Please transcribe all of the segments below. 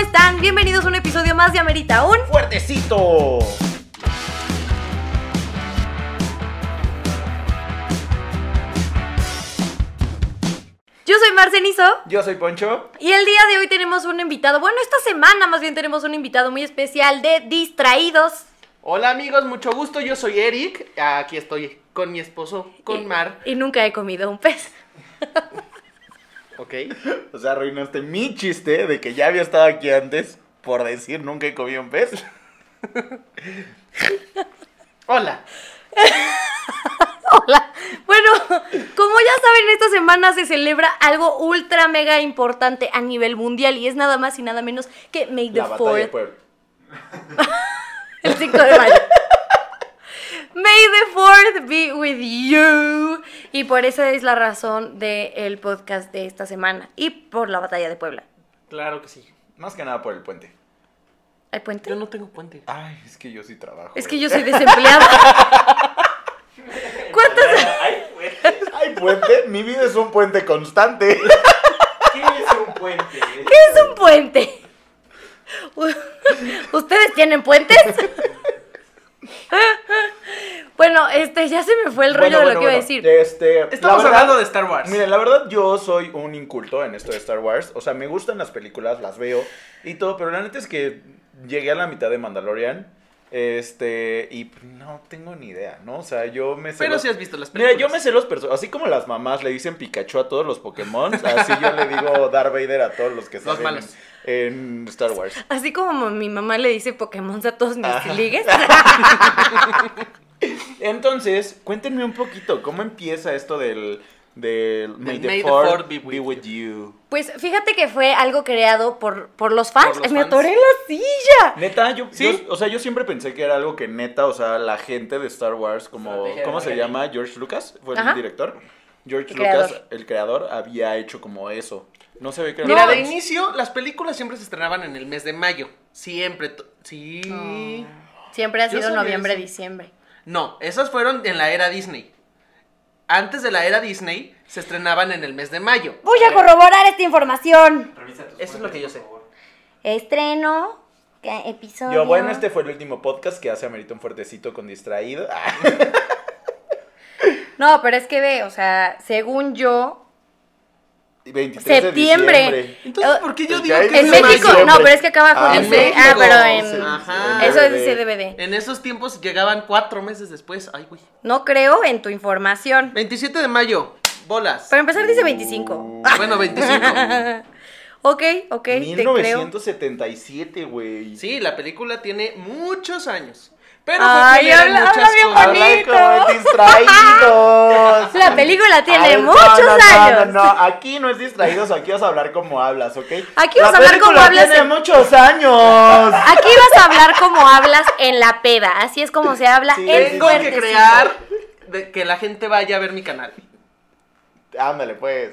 están? Bienvenidos a un episodio más de Amerita Un. ¡Fuertecito! Yo soy Marcenizo Yo soy Poncho. y el día de hoy tenemos un invitado. Bueno, esta semana más bien tenemos un invitado muy especial de Distraídos. Hola amigos, mucho gusto. Yo soy Eric. Aquí estoy con mi esposo, Y- con Mar. Y nunca he comido un pez. ¿Ok? O sea, arruinaste mi chiste de que ya había estado aquí antes por decir nunca he comido un pez. Hola. Hola. Bueno, como ya saben, esta semana se celebra algo ultra mega importante a nivel mundial y es nada más y nada menos que May the La batalla de Fourth. Puebla. El 5 de mayo. May the 4th be with you. Y por esa es la razón del podcast de esta semana. Y por la batalla de Puebla. Claro que sí. Más que nada por el puente. ¿Hay puente? Yo no tengo puente. Ay, es que yo sí trabajo. eh. Es que güey. yo soy desempleada. ¿Cuántas? Ay, puente. Mi vida es un puente constante. ¿Qué es un puente? ¿Qué es un puente? U- ¿Ustedes tienen puentes? bueno, este ya se me fue el rollo Bueno, de lo bueno, que iba a bueno. decir. Este, Estamos la verdad- hablando de Star Wars. Miren, la verdad yo soy un inculto en esto de Star Wars. O sea, me gustan las películas, las veo y todo, pero la neta es que llegué a la mitad de Mandalorian. Este, y no tengo ni idea, ¿no? O sea, yo me sé Pero los- si has visto las Mira, películas. yo me sé los personajes, así como las mamás le dicen Pikachu a todos los Pokémon, así yo le digo Darth Vader a todos los que Los salen malos. en Star Wars. Así como mi mamá le dice Pokémon a todos mis ligues. Entonces, cuéntenme un poquito, ¿cómo empieza esto del, del May, the, May the Fourth Fourth be, with you? Pues fíjate que fue algo creado por, por los fans. Eh, Por los Me fans. atoré en la silla. Neta, yo, ¿Sí? yo- o sea, yo siempre pensé que era algo que neta, o sea, la gente de Star Wars, como, Estrategia de ¿cómo se marketing. llama? George Lucas, fue Ajá. el director. George El Lucas, creador. el creador, había hecho como eso. No se ve que Mira, No, de es- inicio, las películas siempre se estrenaban en el mes de mayo. Siempre. to- Sí. Ah. Siempre ha Yo sido sabía noviembre, eso. diciembre. No, esas fueron en la era Disney. Antes de la era Disney, se estrenaban en el mes de mayo. Voy a corroborar esta información. Revisa tus Eso es lo que yo sé. Estreno, ca- episodio. Yo, bueno, este fue el último podcast que hace Amerita un fuertecito con distraído. Ah, No, pero es que ve, o sea, según yo, 23 de septiembre. diciembre. Entonces, Eh, ¿por qué yo El digo gallo que en es de México, diciembre. no, pero es que acaba Ah, con en ese- México. Ah, pero sí, en. sí, Ajá. sí, Eso es de DVD. CDBD. En esos tiempos llegaban cuatro meses después. Ay, güey. No creo en tu información. 27 de mayo, bolas. Para empezar, dice 25. Bueno, 25. Ok, ok, te creo. 1977, güey. Sí, la película tiene muchos años. Pero Ay, se generan habla- muchas habla bien cosas. bonito. Hablan como de distraídos. La película tiene Ay, no, muchos no, no, años. No, no, aquí no es distraídos, aquí vas a hablar como hablas, ¿ok? Aquí La vas a hablar película como hablas Tiene en- muchos años. Aquí vas a hablar como hablas en la peda. Así es como se habla Sí, en Tengo que fuertecito. crear de- que la gente vaya a ver mi canal. Ándale, pues.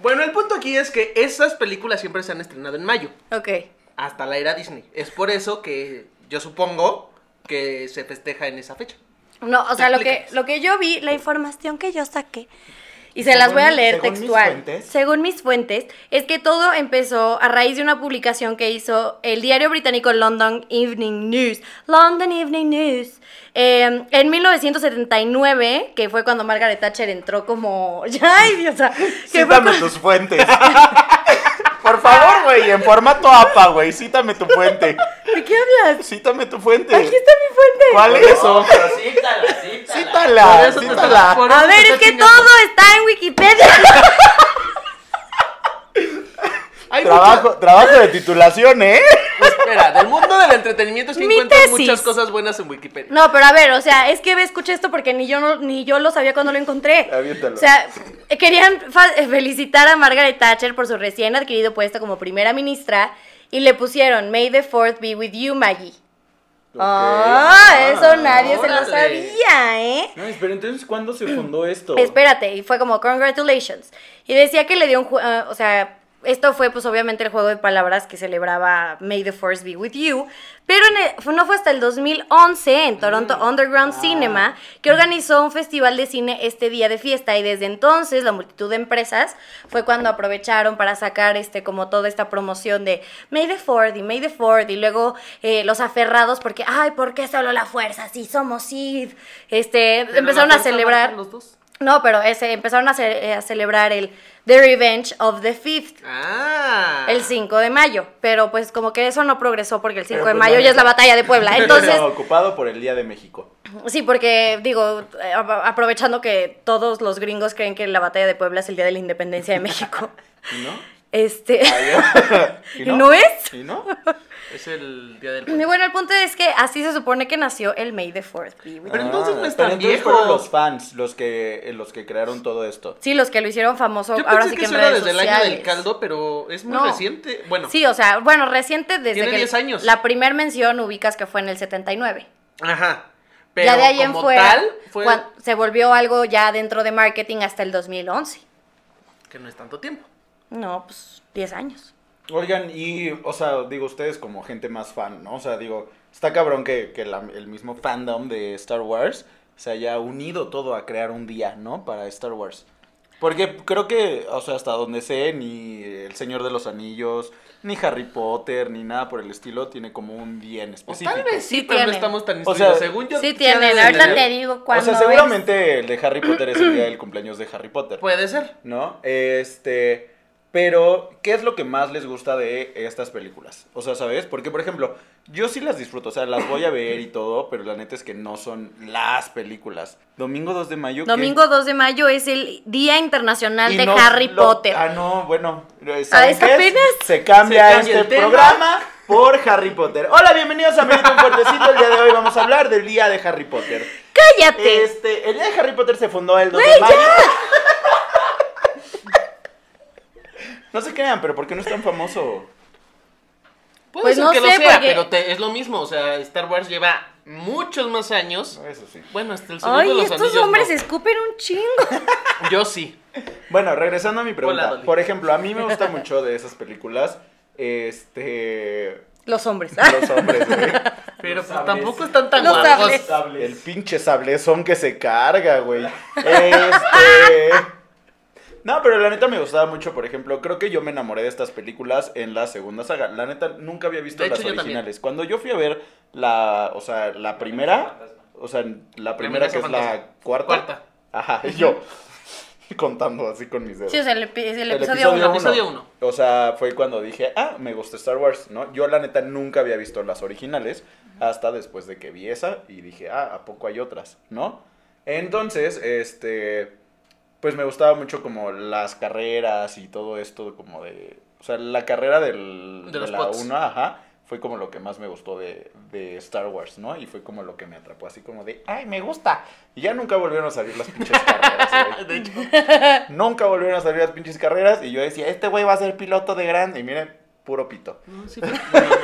Bueno, el punto aquí es que esas películas siempre se han estrenado en mayo, Ok. hasta la era Disney. Es por eso que yo supongo que se festeja en esa fecha. No, o sea, lo que, Explícanos. lo que yo vi, la información que yo saqué, y se las voy a Según- leer según mis textual. fuentes. según mis fuentes, es que todo empezó a raíz de una publicación que hizo el diario británico London Evening News. London Evening News. eh, en 1979, que fue cuando Margaret Thatcher entró como. ¡Ay, o sea! que fue Cítame cuando- tus fuentes. Por favor, güey, en formato APA, güey. Cítame tu fuente. ¿De qué hablas? Cítame tu fuente. Aquí está mi fuente. ¿Cuál es eso? Cítala, cítala. Cítala, te cítala. por A eso te ver, es estás que chingando. todo está en Wikipedia. Hay Trabajo, trabajo de titulación, ¿eh? muchas- Espera, del mundo del entretenimiento es que Mi encuentras tesis. muchas cosas buenas en Wikipedia. No, pero a ver, o sea, es que ve, escucha esto porque ni yo no- ni yo lo sabía cuando lo encontré. Aviéntalo. O sea, eh, querían fa- eh, felicitar a Margaret Thatcher por su recién adquirido puesto como primera ministra y le pusieron May the Fourth be with you, Maggie. Ah, eso nadie se lo órale. sabía, ¿eh? No, pero entonces, ¿cuándo se fundó esto? Espérate, y fue como congratulations. Y decía que le dio un ju- ah, o sea, esto fue pues obviamente el juego de palabras que celebraba May the Force Be With You, pero en el- fue- no fue hasta el 2011 en Toronto Underground Cinema que organizó un festival de cine este día de fiesta y desde entonces la multitud de empresas fue cuando aprovecharon para sacar este como toda esta promoción de May the Ford y May the Ford y luego eh, los aferrados porque ay, ¿por qué solo la fuerza? Si somos Sid. Este, Pero empezaron la a fuerza celebrar marca los dos. no, pero ese, empezaron a, ce- eh, a celebrar el The Revenge of the Fifth. Ah. El 5 de mayo, pero pues como que eso no progresó porque el 5 de pues, mayo no. ya es la batalla de Puebla. Entonces, Estaba ocupado por el Día de México. sí, porque digo, eh, a- aprovechando que todos los gringos creen que la batalla de Puebla es el día de la independencia de México. ¿Y no? Este, ¿Y ¿no es? ¿Y no? Es el día del. y bueno, el punto es que así se supone que nació el May the Fourth. be with Pero you. entonces no es Ah, pero tan entonces viejo. fueron los fans los que, eh, los que crearon todo esto. Sí, los que lo hicieron famoso, Yo pensé ahora sí que, que en eso era redes desde el año del sociales. caldo, pero es muy No. reciente. Bueno, Sí, o sea, bueno, reciente desde Tiene que 10 años. la primer mención ubicas que fue en el 79. ajá. Pero ya de ahí en como fuera tal, fue cuan- se volvió algo ya dentro de marketing hasta el 2011. que no es tanto tiempo. No, pues 10 años. Oigan, y, o sea, digo, ustedes como gente más fan, ¿no? O sea, digo, está cabrón que, que la- el mismo fandom de Star Wars se haya unido todo a crear un día, ¿no? Para Star Wars. Porque creo que, o sea, hasta donde sé, ni El Señor de los Anillos, ni Harry Potter, ni nada por el estilo, tiene como un día en O específico. Pues tal vez sí, Sí pero no tiene. estamos tan Pues O sea, instruidos. Según yo, sí ha tienen, de ahorita tener. te digo O cuándo sea, seguramente el de Harry Potter es el día del cumpleaños de Harry Potter. Puede ser. ¿no? Este, pero ¿qué es lo que más les gusta de estas películas? O sea, ¿sabes? Porque por ejemplo, yo sí las disfruto, o sea, las voy a ver y todo, pero la neta es que no son las películas. Domingo 2 de mayo. es. ¿qué? Domingo 2 de mayo es el Día Internacional Y de no Harry lo- Potter. Ah, no, bueno. ¿saben Ah, es qué es? apenas. Se cambia, Se cambia el este tema. programa por Harry Potter. Hola, bienvenidos a Merito un Fuertecito. El día de hoy vamos a hablar del día de Harry Potter. ¡Cállate! Este, el día de Harry Potter se fundó el 2 de mayo. No se crean, pero ¿por qué no es tan famoso? Puede Pues ser no que lo sé, sea, porque- pero te- es lo mismo. O sea, Star Wars lleva muchos más años. Eso sí. Bueno, hasta el Señor Ay, de los estos Anillos, no. hombres escupen un chingo. Yo sí. Bueno, regresando a mi pregunta. Hola, Dolly. por ejemplo, a mí me gusta mucho de esas películas. Este. Los hombres. Los hombres, güey. Pero pues, Los sables. tampoco están tan Los guapos. sables. El pinche sablezón que se carga, güey. Este. No, pero la neta me gustaba mucho, por ejemplo, creo que yo me enamoré de estas películas en la segunda saga. La neta nunca había visto De hecho, las yo también. originales. Cuando yo fui a ver la, o sea, la primera, o sea, la primera que amenaza es la fantasma. cuarta. Cuarta. Ajá, y yo contando así con mis dedos. Sí, o sea, el, epi- es el El episodio 1. uno. Episodio uno. O sea, fue cuando dije, ah, me gusta Star Wars, ¿no? Yo la neta nunca había visto las originales hasta después de que vi esa y dije, ah, ¿a poco hay otras, no? Entonces, este, pues me gustaba mucho como las carreras y todo esto como de, o sea, la carrera del, De los la bots. 1, ajá, fue como lo que más me gustó de, de Star Wars, ¿no? Y fue como lo que me atrapó, así como de, ay, me gusta. Y ya nunca volvieron a salir las pinches carreras, güey. De hecho, Nunca volvieron a salir las pinches carreras y yo decía, este güey va a ser piloto de grande. Y miren, puro pito. no, sí, pero- bueno, no.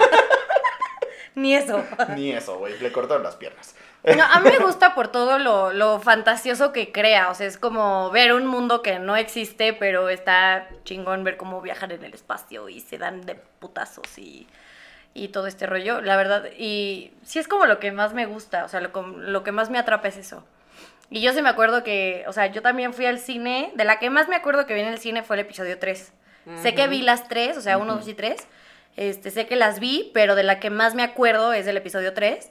Ni eso. Ni eso, güey. Le cortaron las piernas. No, a mí me gusta por todo lo, lo fantasioso que crea. O sea, es como ver un mundo que no existe, pero está chingón ver cómo viajan en el espacio y se dan de putazos y, y todo este rollo. La verdad, y sí es como lo que más me gusta. O sea, lo, com- lo que más me atrapa es eso. Y yo sí me acuerdo que, o sea, yo también fui al cine. De la que más me acuerdo que vi en el cine fue el episodio 3. Sé que vi las tres, o sea, uno, dos y tres. Este, sé que las vi, pero de la que más me acuerdo es del episodio 3.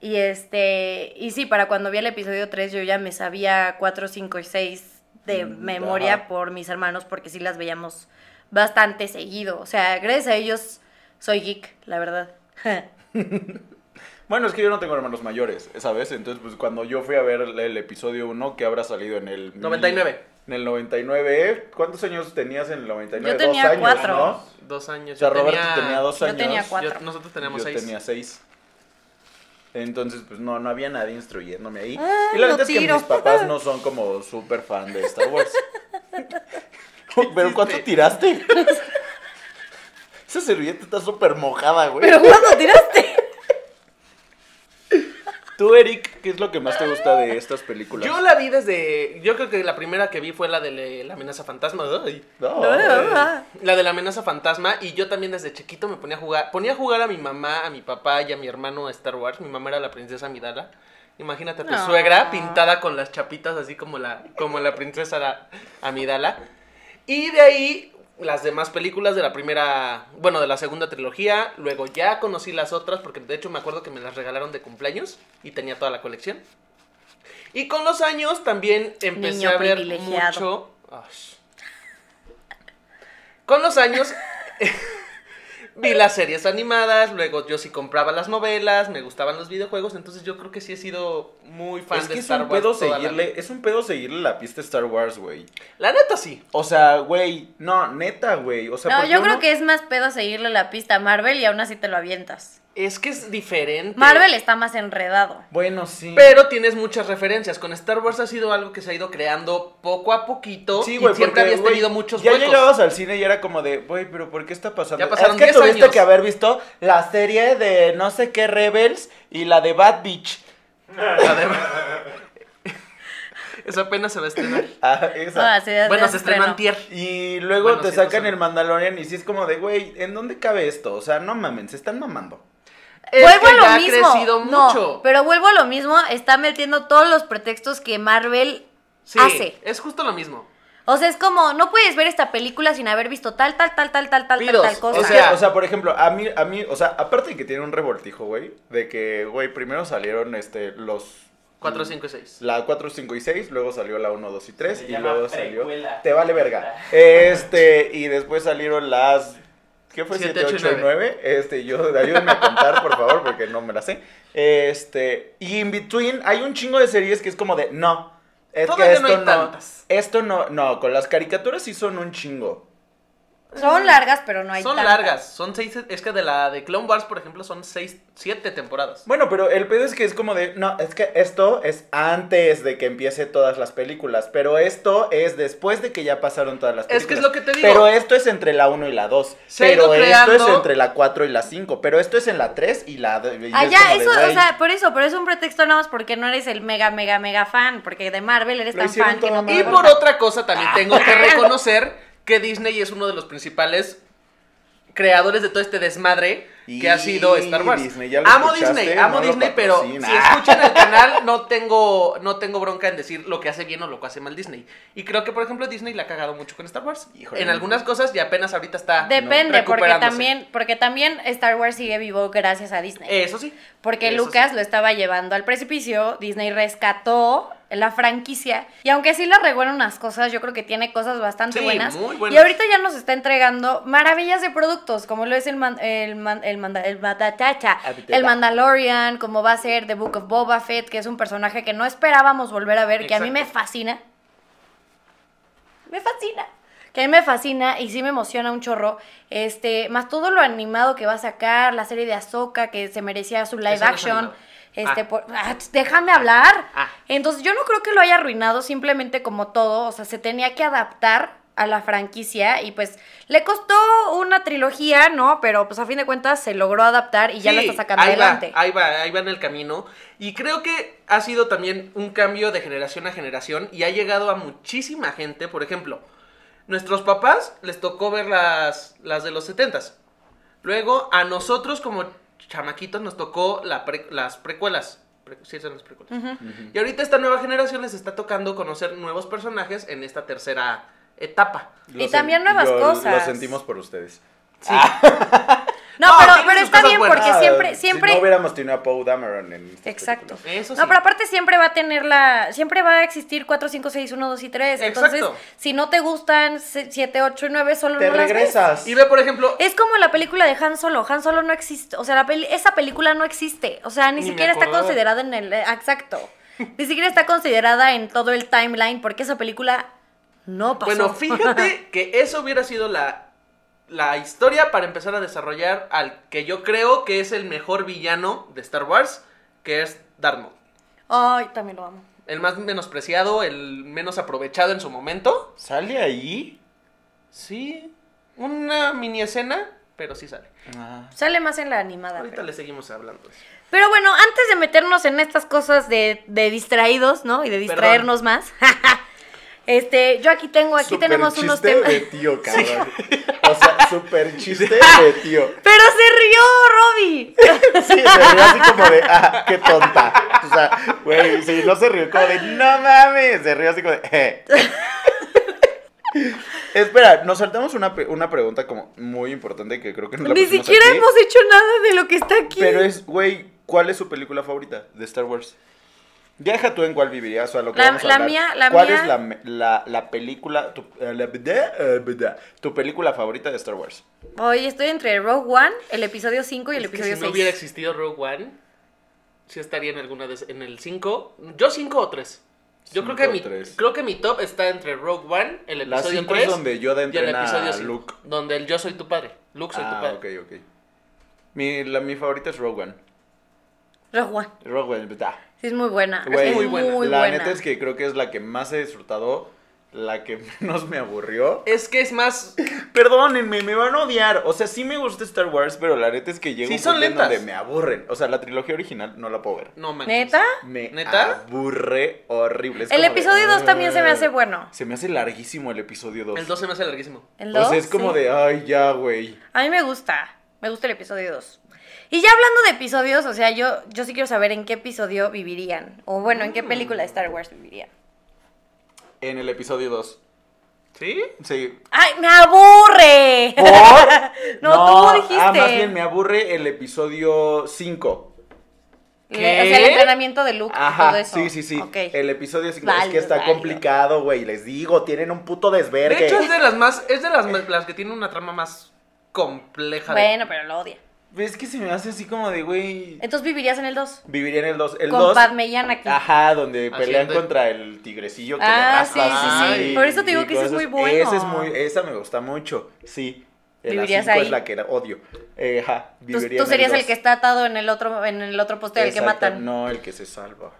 Y este, y sí, para cuando vi el episodio 3 yo ya me sabía 4, 5 y 6 de Mm, memoria ajá. por mis hermanos porque sí las veíamos bastante seguido. O sea, gracias a ellos soy geek, la verdad. Bueno, es que yo no tengo hermanos mayores, ¿sabes? Entonces, pues cuando yo fui a ver el, el episodio 1, que habrá salido en el... mil- 99. En el 99, ¿eh? ¿cuántos años tenías en el 99? Yo tenía Dos años, cuatro. ¿no? Dos O años. sea, Yo Roberto tenía, dos yo años. tenía cuatro. yo- nosotros teníamos yo seis. tenía seis. Entonces, pues no, no había nadie instruyéndome ahí. Ah, y la lo verdad es que tiro. mis papás no son como súper fan de Star Wars. Pero ¿cuánto hiciste? tiraste? Esa servilleta está súper mojada, güey. Pero ¿cuándo tiraste? Tú, Eric, ¿qué es lo que más te gusta de estas películas? Yo la vi desde. Yo creo que la primera que vi fue la de le- la amenaza fantasma. Ay. No, eh. Ah, La de la amenaza fantasma. Y yo también desde chiquito me ponía a jugar. Ponía a jugar a mi mamá, a mi papá y a mi hermano a Star Wars. Mi mamá era la princesa Midala. Imagínate a tu No. suegra pintada con las chapitas así como la, como la princesa la- Amidala. Y de ahí las demás películas de la primera, bueno, de la segunda trilogía. Luego ya conocí las otras porque de hecho me acuerdo que me las regalaron de cumpleaños y tenía toda la colección. Y con los años también empecé Niño a ver privilegiado. mucho... Ash. Con los años vi las series animadas, luego yo sí compraba las novelas, me gustaban los videojuegos, entonces yo creo que sí he sido muy fan es de que es Star un Wars. pedo toda la seguirle, vida. es un pedo seguirle la pista a Star Wars, güey. La neta sí. O sea, güey, no, neta, güey. O sea, No, ¿por qué yo creo uno- que es más pedo seguirle la pista a Marvel y aún así te lo avientas. Es que es diferente. Marvel está más enredado. Bueno, sí. Pero tienes muchas referencias. Con Star Wars ha sido algo que se ha ido creando poco a poquito. Sí, y güey, siempre porque, habías güey, tenido muchos Ya huecos. llegabas al cine y era como de, güey, pero ¿por qué está pasando? Ya pasaron es que 10 tuviste años. que haber visto la serie de no sé qué Rebels y la de Bad Beach. Además- Eso apenas se va a estrenar. Ah, esa. Ah, sí, ya- bueno, ya se estrenó. Eh, estrenó antier. Y luego Bueno, te sí, sacan pasa. el Mandalorian y sí es como de, güey, ¿en dónde cabe esto? O sea, no mamen, se están mamando. Es vuelvo que a lo ya mismo. ha crecido no, mucho. Pero vuelvo a lo mismo, está metiendo todos los pretextos que Marvel Sí, hace. es justo lo mismo. O sea, es como, no puedes ver esta película sin haber visto tal, tal, tal, tal, tal, tal, Pidos, tal, tal cosa. O O sea, sea- o sea, por ejemplo, a mí, a mí, o sea, aparte de que tiene un revoltijo, güey, de que, güey, primero salieron este, los... Mm. 4, 5 y 6. La 4, 5 y 6, luego salió la 1, 2 y 3 Se y llama luego salió... precuela. Te vale verga. Este, y después salieron las... ¿Qué fue? Siete, 7, 8 ocho y y 9. Este, yo, ayúdenme a contar, por favor, porque no me la sé. Este, y in between hay un chingo de series que es como de, no, es que Todavía esto no hay no... tantas. Esto no, no, con las caricaturas sí son un chingo. Son largas, pero no hay son tantas. largas, son seis, es que de la de Clone Wars, por ejemplo, son seis, siete temporadas. Bueno, pero el pedo es que es como de, no, es que esto es antes de que empiece todas las películas, pero esto es después de que ya pasaron todas las Es películas. que es lo que te digo. Pero esto es entre la 1 y la 2, Se ha ido pero esto creando- es entre la 4 y la 5, pero esto es en la 3 y la... do- y es Allá, como de, Ah, eso, o güey, sea, por eso, pero es un pretexto nada más porque no eres el mega, mega, mega fan, porque de Marvel eres Lo tan hicieron fan que toda no te Y por otra cosa, Ah. también tengo que reconocer que Disney es uno de los principales creadores de todo este desmadre que ha sido Star Wars. Y Disney, ya lo amo escuchaste, Disney, no amo lo Disney, pero si patrocina. escuchan el canal no tengo no tengo bronca en decir lo que hace bien o lo que hace mal Disney. Y creo que por ejemplo Disney la ha cagado mucho con Star Wars. Híjole. en algunas cosas y apenas ahorita está Depende, porque recuperándose. también, porque también Star Wars sigue vivo gracias a Disney. Eso sí. Porque Eso Lucas sí. lo estaba llevando al precipicio, Disney rescató la franquicia y aunque sí la regó en unas cosas, yo creo que tiene cosas bastante Sí, buenas. muy buenas. Y ahorita ya nos está entregando maravillas de productos, como lo es el man- el man- el manda- el matatata, Habiteba. el Mandalorian, como va a ser The Book of Boba Fett, que es un personaje que no esperábamos volver a ver, que a mí me Exacto. fascina. Me fascina. Que a mí me fascina y sí me emociona un chorro. Este, más todo lo animado que va a sacar, la serie de Ahsoka que se merecía su live Eso no es action. animado. este, Ah. por- ah, tss, déjame hablar. Ah. Entonces, yo no creo que lo haya arruinado, simplemente como todo, o sea, se tenía que adaptar a la franquicia y pues le costó una trilogía, ¿no? Pero pues a fin de cuentas se logró adaptar y ya la Sí, está sacando ahí adelante. Va, Ah, ahí va, ahí va en el camino. Y creo que ha sido también un cambio de generación a generación y ha llegado a muchísima gente. Por ejemplo, nuestros papás les tocó ver las, las de los setentas. Luego, a nosotros como chamaquitos nos tocó la pre- las precuelas. Pre- sí, son las precuelas. Y ahorita esta nueva generación les está tocando conocer nuevos personajes en esta tercera etapa. Y también nuevas yo Lo cosas. sentimos por ustedes. Sí. No, No, pero, tiene pero sus está cosas bien buenas. porque Ah, siempre, si siempre... no hubiéramos tenido a Poe Dameron en estas Exacto. películas. Eso sí. No, pero aparte siempre va a tener la. Siempre va a existir 4, 5, 6, 1, 2 y 3. Entonces, Exacto. si no te gustan 7, 8 y 9, solo Te no las ves. regresas. Y ve, por ejemplo, Es como la película de Han Solo. Han Solo no existe. O sea, la peli- esa película no existe. O sea, ni, Ni me siquiera está acordaba. considerada en el. eh, Exacto. Ni siquiera está considerada en todo el timeline porque esa película no pasó. Bueno, fíjate que eso hubiera sido la, la historia para empezar a desarrollar al que yo creo que es el mejor villano de Star Wars, que es Darth Maul. Ay, también lo amo. El más menospreciado, el menos aprovechado en su momento. ¿Sale ahí? Sí. Una mini escena, pero sí sale. Ah, Sale más en la animada. Ahorita pero- le seguimos hablando. de eso. Pero bueno, antes de meternos en estas cosas de, de distraídos, ¿no? Y de distraernos más. este, yo aquí tengo, aquí súper tenemos unos chiste temas. de tío, cabrón. O sea, super chiste de tío. Pero se rió, Robbie. Sí, se rió así como de, ah, qué tonta. O sea, güey, sí, no se rió como de, no mames. Se rió así como de, eh. Espera, nos saltamos una, pe- una pregunta como muy importante que creo que no la Ni pusimos siquiera aquí. hemos hecho nada de lo que está aquí. Pero es, güey, ¿cuál es su película favorita de Star Wars? Ya deja tú en cuál vivirías o a lo que La- vamos a la hablar. mía- la ¿Cuál mía- es la, me- la, la película, tu, eh, la- bda- eh, bda- tu película favorita de Star Wars? Hoy estoy entre Rogue One, el episodio 5 y el Es que episodio si 6. no hubiera existido Rogue One, sí estaría en alguna de en el 5. Yo 5 o 3. Yo creo Cinco que o mi tres. creo que mi top está entre Rogue One, el La episodio 5 es 3 donde Yoda y el entrena episodio a 5, Luke. donde el yo soy tu padre. Luke soy tu Ah, padre. ok, ok. Mi, la, mi favorita es Rogue One. Rogue One. Rogue One, bda. Sí, es muy buena. Güey, es muy buena. la neta es que creo que es la que más he disfrutado, la que menos me aburrió. Es que es más Perdónenme, me van a odiar. O sea, sí me gusta Star Wars, pero la neta es que llega Sí, un son punto en lentas. donde me aburren. O sea, la trilogía original no la puedo ver. no manches. ¿Neta? Me ¿Neta? aburre horrible. Es El como de, "Ah". episodio 2 también se me hace bueno. Se me hace larguísimo el episodio 2. El 12 me hace larguísimo. ¿El O sea, dos? es como Sí. de, ay, ya, güey. A mí me gusta. Me gusta el episodio 2. Y ya hablando de episodios, o sea, yo, yo sí quiero saber en qué episodio vivirían. O bueno, Mm. en qué película de Star Wars vivirían. En el episodio 2. ¿Sí? Sí. ¡Ay, me aburre! ¿Por? No, tú dijiste. Ah, más bien me aburre el episodio 5. Le- o sea, el ¿Qué? entrenamiento de Luke y todo Ajá, eso. sí, sí, sí. Ok. El episodio 5 es Válido, que está válido. complicado, güey. Les digo, tienen un puto desvergue. De hecho es de las más es de las más- las que tiene una trama más compleja. de- Bueno, pero lo odia. Es que se me hace así como de, güey. Entonces vivirías en el 2. Viviría en el 2. El Con 2. Padme y Anakin. Ajá, donde Así pelean es de- contra el tigrecillo que Ah, le raspa sí, sí, sí. así Por eso te digo y que ese es cosas. muy bueno. Ese es muy, esa me gusta mucho. Sí. El ¿Vivirías A5 ahí? es la que la odio. Eh, ajá, Tú, viviría tú en serías el, dos. que está atado en el otro, en el otro poste del que Exacto, matan. No, el que se salva.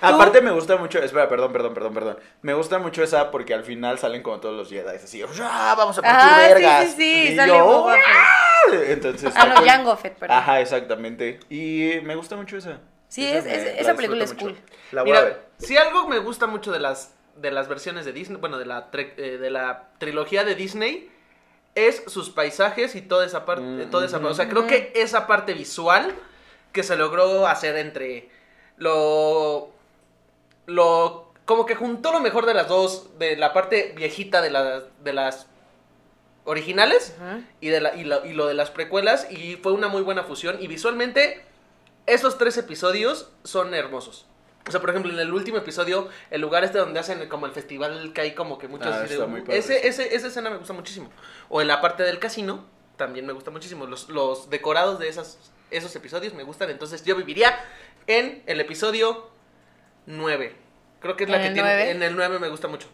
Aparte me gusta mucho, espera, perdón, perdón, perdón, perdón. Me gusta mucho esa porque al final salen como todos los Jedi, es así, "Ra, vamos a partir Ah, sí, vergas. sí, sí, Y sale yo, Boba Fett. "Ra". Entonces, Ah, está no, cool. Jango Fett, perdón. Ajá, exactamente. Y me gusta mucho esa. Sí, es- me- es- la esa película disfruto es mucho. La voy a ver. Mira, si algo me gusta mucho de las de las versiones de Disney, bueno, de la tre- eh, de la trilogía de Disney es sus paisajes y toda esa parte, Mm, toda esa, ujú. o sea, creo que esa parte visual que se logró hacer entre lo lo como que juntó lo mejor de las dos, de la parte viejita de las de las originales Ujú. y, de la, y, lo, y lo de las precuelas y fue una muy buena fusión y visualmente esos tres episodios son hermosos. O sea, por ejemplo, en el último episodio, el lugar este donde hacen como el festival que hay como que muchos... Ah, así de- está muy padre, ese, sí. ese- esa escena me gusta muchísimo. O en la parte del casino, también me gusta muchísimo. Los, los decorados de esas, esos episodios me gustan. Entonces yo viviría en el episodio 9. Creo que es la ¿En que el tiene... nueve? En el 9 me gusta mucho.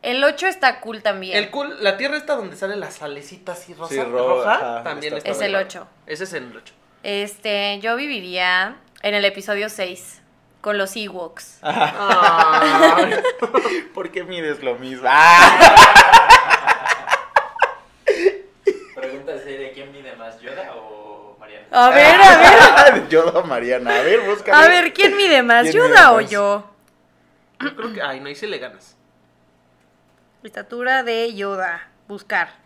El 8 está cool también. El cool, la tierra está donde sale la salecita así rosa, Sí, ro- roja, ajá, también está está es el bien. 8. Ese es el 8. Este, yo viviría en el episodio 6 con los Ewoks. Ah. ¿Por qué mides lo mismo? ¡Ah! Pregúntase de quién mide más, Yoda o Mariana. Ah. A ver, a ver. Yo, don Mariana, a ver, búscame. A ver, ¿quién mide más? ¿Quién mide ¿Yoda o más? yo? Yo creo que. Ay, no, ahí sí le ganas. Estatura de Yoda. Buscar.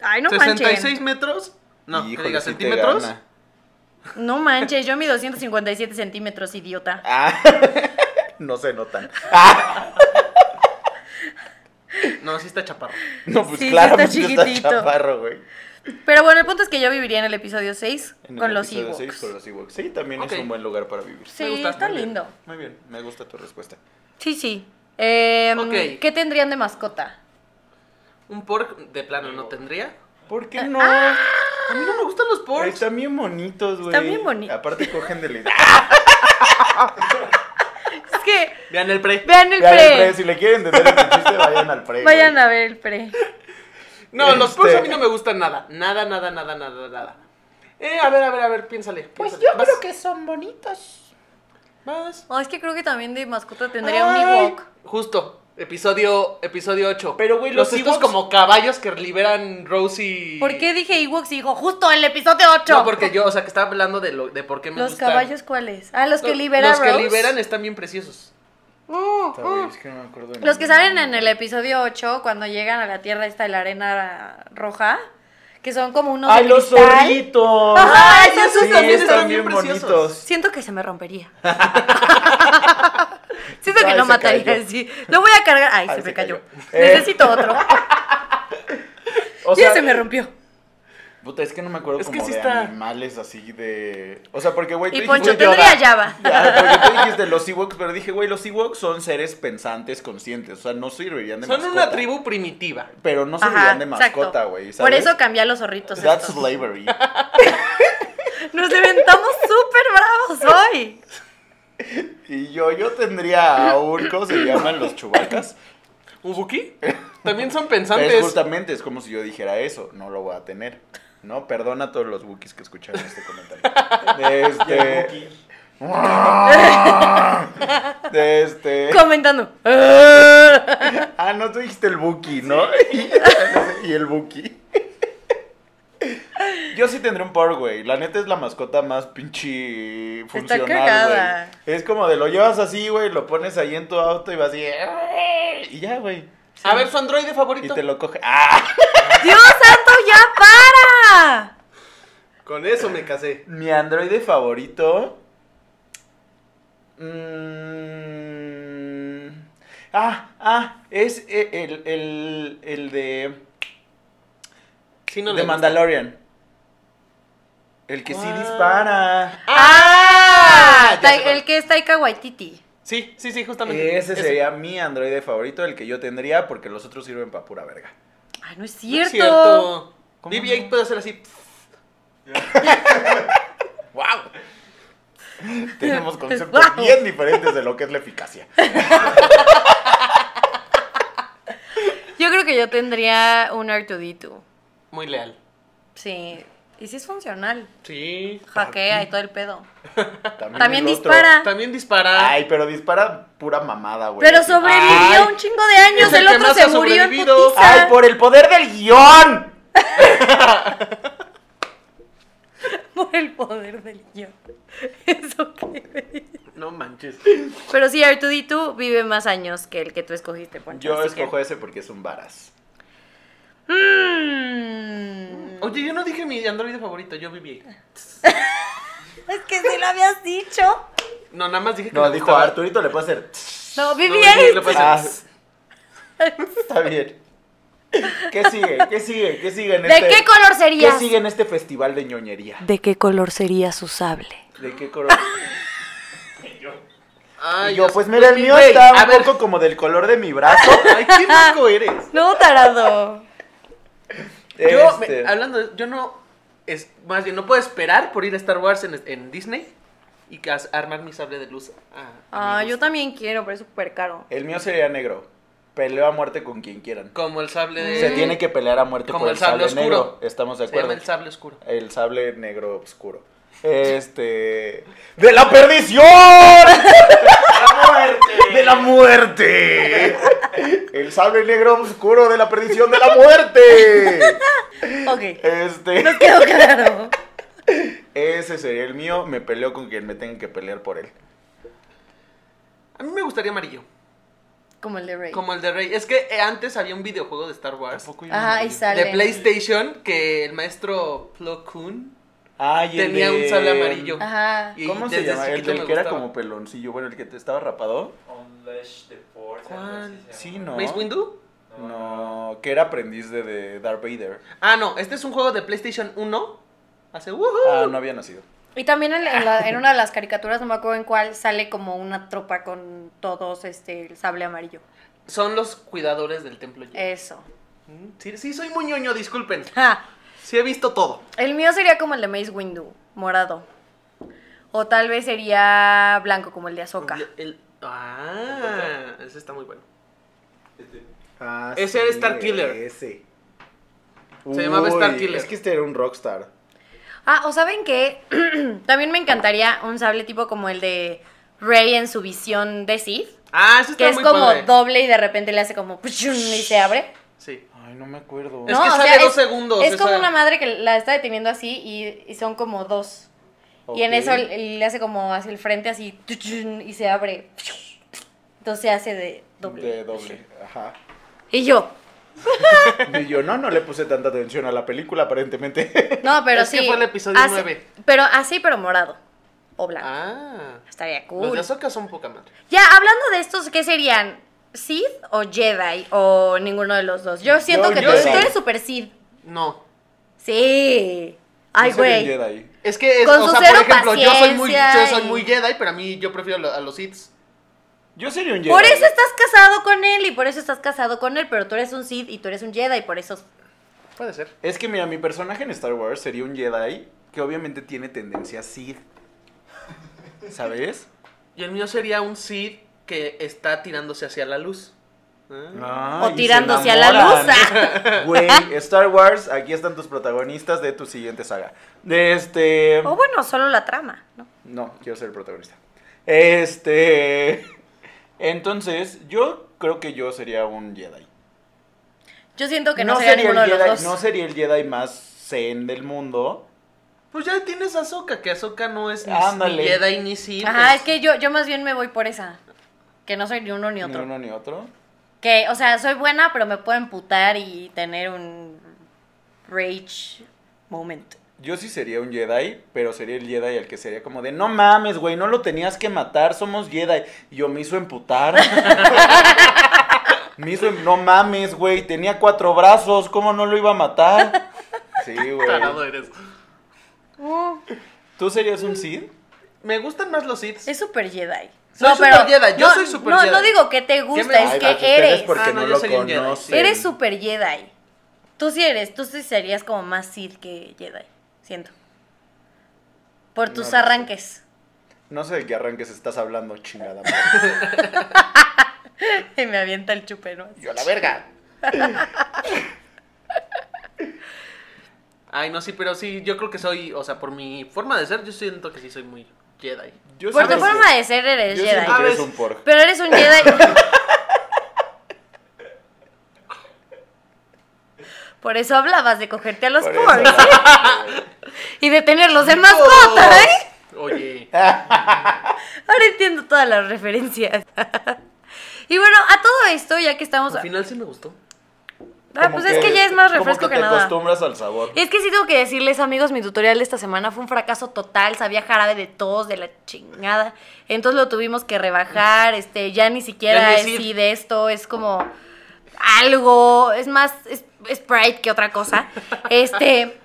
Ay, no 66 manches. metros. No, que Híjole, diga sí te centímetros. gana. No manches, yo mido 157 centímetros, idiota. Ah, no se notan. No, sí está chaparro. No, pues Sí, sí claramente está está, chiquitito. chaparro, güey. Pero bueno, el punto es que yo viviría en el episodio 6 En el con los episodio Ewoks. seis, con los Ewoks. Sí, también Ok. es un buen lugar para vivir. Me Sí, gusta, está muy bien. lindo. Muy bien, me gusta tu respuesta. Sí, sí. Em, Ok. ¿Qué tendrían de mascota? Un pork de plano no tendría. ¿Por Eh, qué no? A mí no me gustan los porks. Están bien bonitos, güey. ah, Están bien bonitos. Aparte cogen de la Es que Vean el pre. vean el Vean el pre. pre, Si le quieren entender este chiste, vayan al pre. Vayan a ver el pre. No, los Este- porks a mí no me gustan nada. Nada, nada, nada, nada, nada. Eh, a ver, a ver, a ver, piénsale. Pues piénsale. Vas, que son bonitos. vas. No, es que creo que también de mascota tendría un Ay. Ewok. Justo. Episodio, episodio 8. Pero, güey, los estos Ewoks- como caballos que liberan Rosie. ¿Por qué dije Ewoks y digo justo el episodio 8? No, porque yo, o sea, que estaba hablando de, lo, de por qué me ¿Los gustan. caballos cuáles? Ah, los que No, liberan. Los que Rose. liberan están bien preciosos. Mm, Puta, güey, mm. es que no me acuerdo de Los que ninguno. salen en el episodio 8, cuando llegan a la tierra está la arena roja, que son como unos ¡Ay, de los cristal. zorritos! Ajá, esos sí, también están están bien bien preciosos. bonitos. Siento que se me rompería. Siento que Ay, no se mataría cayó. sí. Lo voy a cargar. Ay, Ay, se me se cayó. cayó. Eh. Necesito otro. O ya sea, se me rompió. Puta, es que no me acuerdo Es que como sí de está- animales así de... O sea, porque, güey, tú Y dijiste- Poncho Yoda. tendría Java. Ya, porque tú dijiste los Ewoks, pero dije, güey, los Ewoks son seres pensantes, conscientes, o sea, no servirían de Son mascota. una tribu primitiva. Pero no servirían Ajá, de exacto. mascota, güey, Por ¿sabes? eso cambié a los zorritos. That's estos. slavery. Nos levantamos súper bravos hoy. Y yo, yo tendría a un, ¿cómo se llaman los chubacas? ¿Ubuki? También son Es pensantes. justamente, es como si yo dijera eso, no lo voy a tener. No, perdona a todos los Wookiees que escucharon este comentario. Y el Este, Wookiee. este, Comentando. ah, no, tú dijiste el Wookiee, ¿no? y el Wookiee. Yo sí tendré un por, güey. La neta es la mascota más pinche funcional, cagada. güey. Es como de lo llevas así, güey, lo pones ahí en tu auto y vas así. "Eh", Y ya, güey. A ver, su androide Y favorito. te lo coge. ¡Ah! Dios santo, ya para. Con eso me casé. Mi androide favorito. Mm. Ah, ah, es e- el, el, el de, Sí, no de le gusta. Mandalorian. El que sí Ah. dispara. Ah, ¡Ah! Ya Tai- sé cuál. el que es Taika Waititi. Sí, sí, sí, justamente. Ese sería mi androide favorito, el que yo tendría, porque los otros sirven para pura verga. Ay, Ah, no es No cierto. es cierto. ¿Cómo BB-8 no? puede hacer así. ¡Wow! Tenemos conceptos Wow. bien diferentes de lo que es la eficacia. Yo creo que yo tendría un R2D2. Muy leal. Sí. Y si es funcional. Sí. Hackea y todo el pedo. También, También el otro- dispara. También dispara. Ay, pero dispara pura mamada, güey. Pero sobrevivió Ay. un chingo de años. Es el El que otro más se ha murió en sobrevivido. putiza. ¡Ay, por el poder del guión! Por el poder del guión. Eso que. No manches. Pero sí, R2D2 vive más años que el que tú escogiste, Poncho. Yo así que- escojo ese porque es un varas. Mm. Oye, yo no dije mi androide favorito, yo BB-8. Es que sí lo habías dicho. No, nada más dije que No, me dijo gustaba. Pues, Arturito le puede hacer. No, ¿eh? No, BB-8 BB-8. le puede Ah. hacer- pues. Está bien. ¿Qué sigue? ¿Qué sigue? ¿Qué sigue en ¿De este qué color ¿Qué serías? sigue en este festival de ñoñería? ¿De qué color sería su sable? ¿De qué color? Ay, Y yo, Dios. pues mira, el mío Ah, Güey, está a un ver. poco como del color de mi brazo. Ay, qué rico eres. No, tarado. Yo, me- Este, hablando, de- yo no, es, más bien, no puedo esperar por ir a Star Wars en, en Disney y cas- armar mi sable de luz. a- a Ah, mi yo gusto. también quiero, pero es súper caro. El mío sería negro. Peleo a muerte con quien quieran. Como el sable de... Se tiene que pelear a muerte Como por el el sable, sable oscuro. negro. Estamos de Se llama acuerdo. el sable oscuro. El sable negro oscuro. Este. ¡De la perdición! ¡De la muerte! ¡De la muerte! El sable negro oscuro de la perdición de la muerte. Ok. Este. Nos quedó claro. Ese sería el mío. Me peleo con quien me tengan que pelear por él. A mí me gustaría amarillo, Como el de Rey. como el de Rey. Es que eh, antes había un videojuego de Star Wars. Ajá, y sale. De PlayStation, que el maestro Plo Koon Ay, el tenía de- un sable amarillo. Ajá. Y ¿Cómo se desde llama? El chiquito del me que era gustaba. como peloncillo. Bueno, el que te estaba rapado. Unleash the Force. algo ¿Cuál? así se Sí, llama. ¿no? ¿Mace Windu? No, que era aprendiz de, de Darth Vader. Ah, no, este es un juego de PlayStation 1. Hace woohoo. Ah, no había nacido. Y también en, en la- en una de las caricaturas, no me acuerdo en cuál, sale como una tropa con todos este el sable amarillo. Son los cuidadores del templo. Jedi. Eso. Mm, Sí, sí, soy muy ñoño, disculpen. Ja. Sí he visto todo. El mío sería como el de Mace Windu, morado. O tal vez sería blanco como el de Ahsoka. El- ah, ese está muy bueno. Este, Ah, Ese era Starkiller. Ese. Se llamaba Starkiller. Es que este era un rockstar. Ah, o saben que también me encantaría un sable tipo como el de Rey en su visión de Sith. Ah, eso está Que es muy como padre. doble y de repente le hace como puchun y se abre. Sí. Ay, no me acuerdo. Es que sale dos segundos, Es esa- como una madre que la está deteniendo así y, y son como dos. Y en Ok. eso le le hace como hacia el frente así tuchun, y se abre. Entonces se hace de doble. De doble, ajá. Y yo. Y yo, no, no le puse tanta atención a la película, aparentemente. No, pero Es sí. que fue el episodio así- nueve. Pero así, pero morado. O blanco. Ah. Estaría Los cool. de Ahsoka son poca madre. Ya, hablando de estos, ¿qué serían? ¿Sith o Jedi? O ninguno de los dos. Yo siento Yo- que yo tú, sí. tú eres super Sith. No. Sí. Ay, Yo soy un güey. Jedi. Es que, es- Con o su sea, cero por ejemplo, yo soy, muy, yo paciencia soy y- muy Jedi, pero a mí yo prefiero lo- a los Sith. Yo sería un Jedi. Por eso estás casado con él y por eso estás casado con él, pero tú eres un Sith y tú eres un Jedi y por eso... Puede ser. Es que mira, mi personaje en Star Wars sería un Jedi que obviamente tiene tendencia Sith. ¿Sabes? Y el mío sería un Sith que está tirándose hacia la luz. Ah. Ah, o y tirándose se a la luz. enamoran. Güey, Star Wars, aquí están tus protagonistas de tu siguiente saga. De este. O bueno, solo la trama, ¿no? No, quiero ser el protagonista. Este. Entonces, yo creo que yo sería un Jedi. Yo siento que no, No sería, sería, ninguno el de los Jedi, dos. no sería el Jedi más zen del mundo. Pues ya tienes a Ahsoka, que Ahsoka no es ni, Ándale. ni Jedi ni Sith. Ajá, es que yo, yo más bien me voy por esa. Que no soy ni uno ni Ni otro. uno ni otro. Que, o sea, soy buena, pero me puedo emputar y tener un rage moment. Yo sí sería un Jedi, pero sería el Jedi el que sería como de no mames, güey, no lo tenías que matar, somos Jedi. Y yo me hizo emputar. me hizo, em- no mames, güey, tenía cuatro brazos, ¿cómo no lo iba a matar? Sí, güey. Tarado eres. Uh, ¿Tú serías un Sith? Me gustan más los Sith. Es super Jedi. Soy super Jedi, yo soy super no, Jedi. No digo que te gusta, me- es Ay, que gacho, ustedes eres. porque Ah, no, no, yo lo sería un Jedi, sí. conocen. Eres super Jedi. Tú sí eres, tú sí serías como más Sith que Jedi, siento. Por tus No lo sé. arranques. No sé de qué arranques estás hablando, chingada. madre. Y me avienta el chupero. Yo a la verga. Ay, no, sí, pero sí, yo creo que soy, o sea, por mi forma de ser, yo siento que sí soy muy Jedi. Yo Por tu siento forma que- de ser eres Yo Jedi. siento que eres ¿Sabes? un porco. Pero eres un Jedi. Por eso hablabas de cogerte a los Por eso, porcs güey. y de tenerlos en ¡Chicos! mascota, ¿eh? Oye, pues, Ahora entiendo todas las referencias. y bueno, a todo esto, ya que estamos. al final sí me gustó. Ah, Como pues es que ya es más refresco como que, que, te nada. acostumbras al sabor. Es que sí tengo que decirles, amigos, mi tutorial de esta semana fue un fracaso total. Sabía jarabe de tos, de la chingada. Entonces lo tuvimos que rebajar. Este, ya ni siquiera Ya ni es decir. sí de esto. Es como algo. Es más es, Sprite que otra cosa. Este.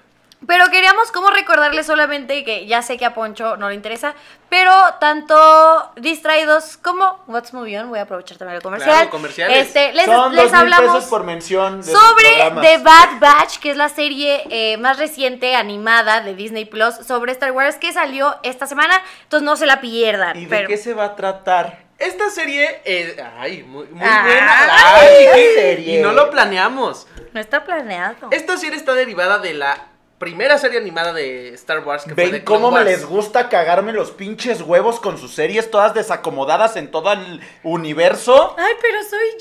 Pero queríamos como recordarles solamente que ya sé que a Poncho no le interesa, pero tanto distraídos como What's Movie On, voy a aprovechar también el comercial. comerciales. Este, les, Son les dos mil hablamos pesos por mención. de sus sobre programas. The Bad Batch, que es la serie eh, más reciente animada de Disney Plus sobre Star Wars que salió esta semana. Entonces no se la pierdan. ¿Y de pero- qué se va a tratar? Esta serie es, ay, muy, muy Ay, buena. Ay, qué- Y no lo planeamos. No está planeado. Esta serie está derivada de la primera serie animada de Star Wars que fue ¿Ven de Clone cómo me Wars. les gusta cagarme los pinches huevos con sus series todas desacomodadas en todo el universo? Ay, pero soy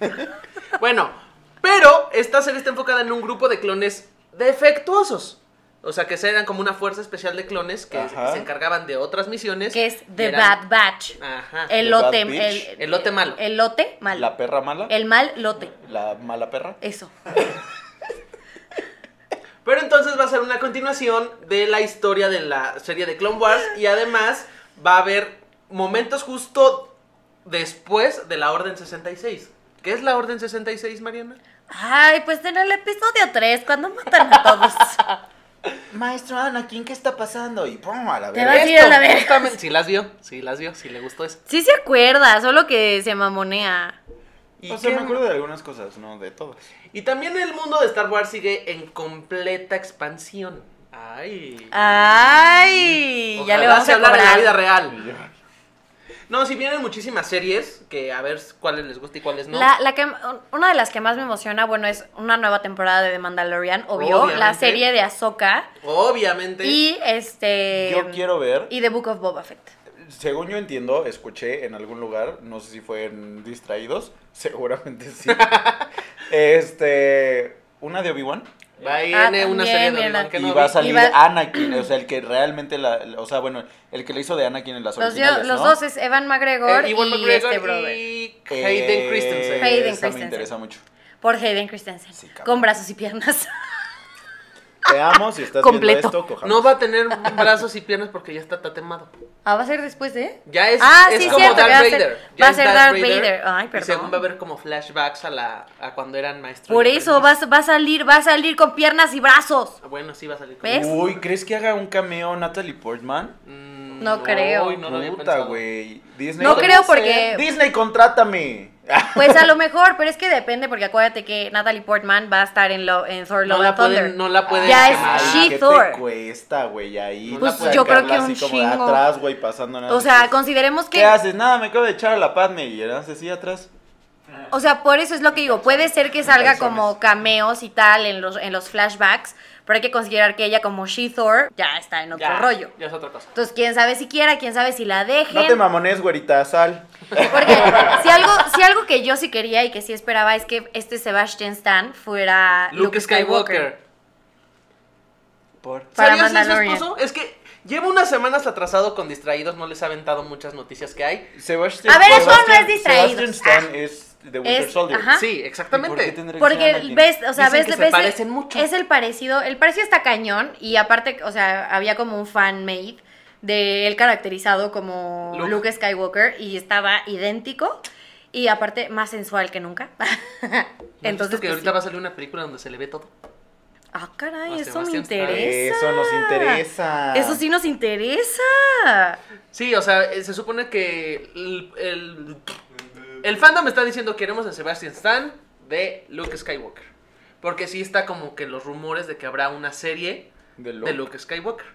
Jedi. Bueno, pero esta serie está enfocada en un grupo de clones defectuosos. O sea, que eran como una fuerza especial de clones que Ajá. se encargaban de otras misiones. Que es y The Bad eran- Batch. Ajá. El Ah, The lote. Bad El, Bitch. El lote malo. El lote malo. ¿La perra mala? el mal lote. ¿La mala perra? Eso. Pero entonces va a ser una continuación de la historia de la serie de Clone Wars y además va a haber momentos justo después de la Orden 66. ¿Qué es la Orden 66, Mariana? Ay, pues en el episodio 3, cuando matan a todos. Maestro Anakin, ¿qué está pasando? Y pum, a la Te verga. vas a ir a la verga. justamente. Sí las vio, sí las vio, sí le gustó eso. Sí se acuerda, solo que se mamonea. ¿Y O sea, qué- me acuerdo de algunas cosas, no de todas. Y también el mundo de Star Wars sigue en completa expansión. Ay. Ay, Ah, ya Ojalá le vamos se a hablara cobrar. de la vida real. Eh, No, si vienen muchísimas series, que a ver cuáles les gusta y cuáles no. La, la que, una de las que más me emociona, bueno, es una nueva temporada de The Mandalorian, obvio, la Obviamente. serie de Ahsoka Obviamente. y este Yo quiero ver y The Book of Boba Fett. según yo entiendo, escuché en algún lugar, no sé si fue en Distraídos, seguramente sí. este, una de Obi-Wan. Va y Ah, viene una también, serie de mira. Obi-Wan que y no va a vi. salir Y va- Anakin, o sea, el que realmente la, la- o sea, bueno, el que le hizo de Anakin en las Los, yo- originales, los ¿no? dos es Evan McGregor Eh, y Ewan McGregor este brother. y Eh, Hayden Hayden esa Christensen. me Christensen. interesa mucho. Por Hayden Christensen. Sí, cabrón. con brazos y piernas. Te amo, si estás Completo. viendo esto, cojamos. No va a tener brazos y piernas porque ya está tatemado. Ah, va a ser después, ¿eh? Ya es, Ah, es sí, como cierto, que Darth va a ser- Vader. Ya va a es ser Darth Vader. Ay, Y según perdón. va a haber como flashbacks a, la, a cuando eran maestros. Por y eso va, aprendiz. a- va a salir, va a salir con piernas y brazos. Ah, Bueno, sí va a salir. con- ¿Ves? Uy, ¿crees que haga un cameo Natalie Portman? Mm, No creo. uy, no lo había Puta, pensado. güey. Disney. No Podría creo ser. porque. Disney, contrátame. Pues a lo mejor, pero es que depende, porque acuérdate que Natalie Portman va a estar en, lo, en Thor No Love la and Thunder. pueden, no la pueden Ya es quemar. she- ¿Qué Thor. te cuesta, güey, ahí? Pues sacarla yo creo que un así como de chingo. atrás, güey, pasando nada. o sea, consideremos ¿qué que. haces? Nada, me acabo de echar a la Padme y eras así atrás. O sea, por eso es lo que digo. Puede ser que salga como cameos y tal en los, en los flashbacks, pero hay que considerar que ella, como She-Thor, ya está en otro Ya, rollo. Ya es otra cosa. Entonces, quién sabe si quiera, quién sabe si la dejen. No te mamones, güerita, sal. Porque si algo, si algo que yo sí quería y que sí esperaba es que este Sebastian Stan fuera Luke, Skywalker. Por. Para ¿Sabías eso, Mandalorian. esposo? Es que llevo unas semanas atrasado con distraídos, no les ha aventado muchas noticias que hay. Sebastian, A ver, eso no es Sebastian- distraídos. Ah, Sebastian Stan es The Winter Es- Soldier. ajá. Sí, ¿Y por qué exactamente. tendría que ser Porque Anakin? ves, o sea, Dicen ves, que se ves el- parecen mucho. es el parecido, el parecido está cañón y aparte, o sea, había como un fan made de él caracterizado como Luke. Luke, Skywalker y estaba idéntico y aparte más sensual que nunca. ¿No has Entonces, visto que pues, ahorita sí. va a salir una película donde se le ve todo. ah, caray, Ah, eso me Sebastian Stan. interesa. Eso nos interesa. Eso sí nos interesa. Sí, o sea, eh, se supone que el, el, el fandom está diciendo queremos a Sebastian Stan de Luke Skywalker. Porque sí está como que los rumores de que habrá una serie De Luke. de Luke Skywalker.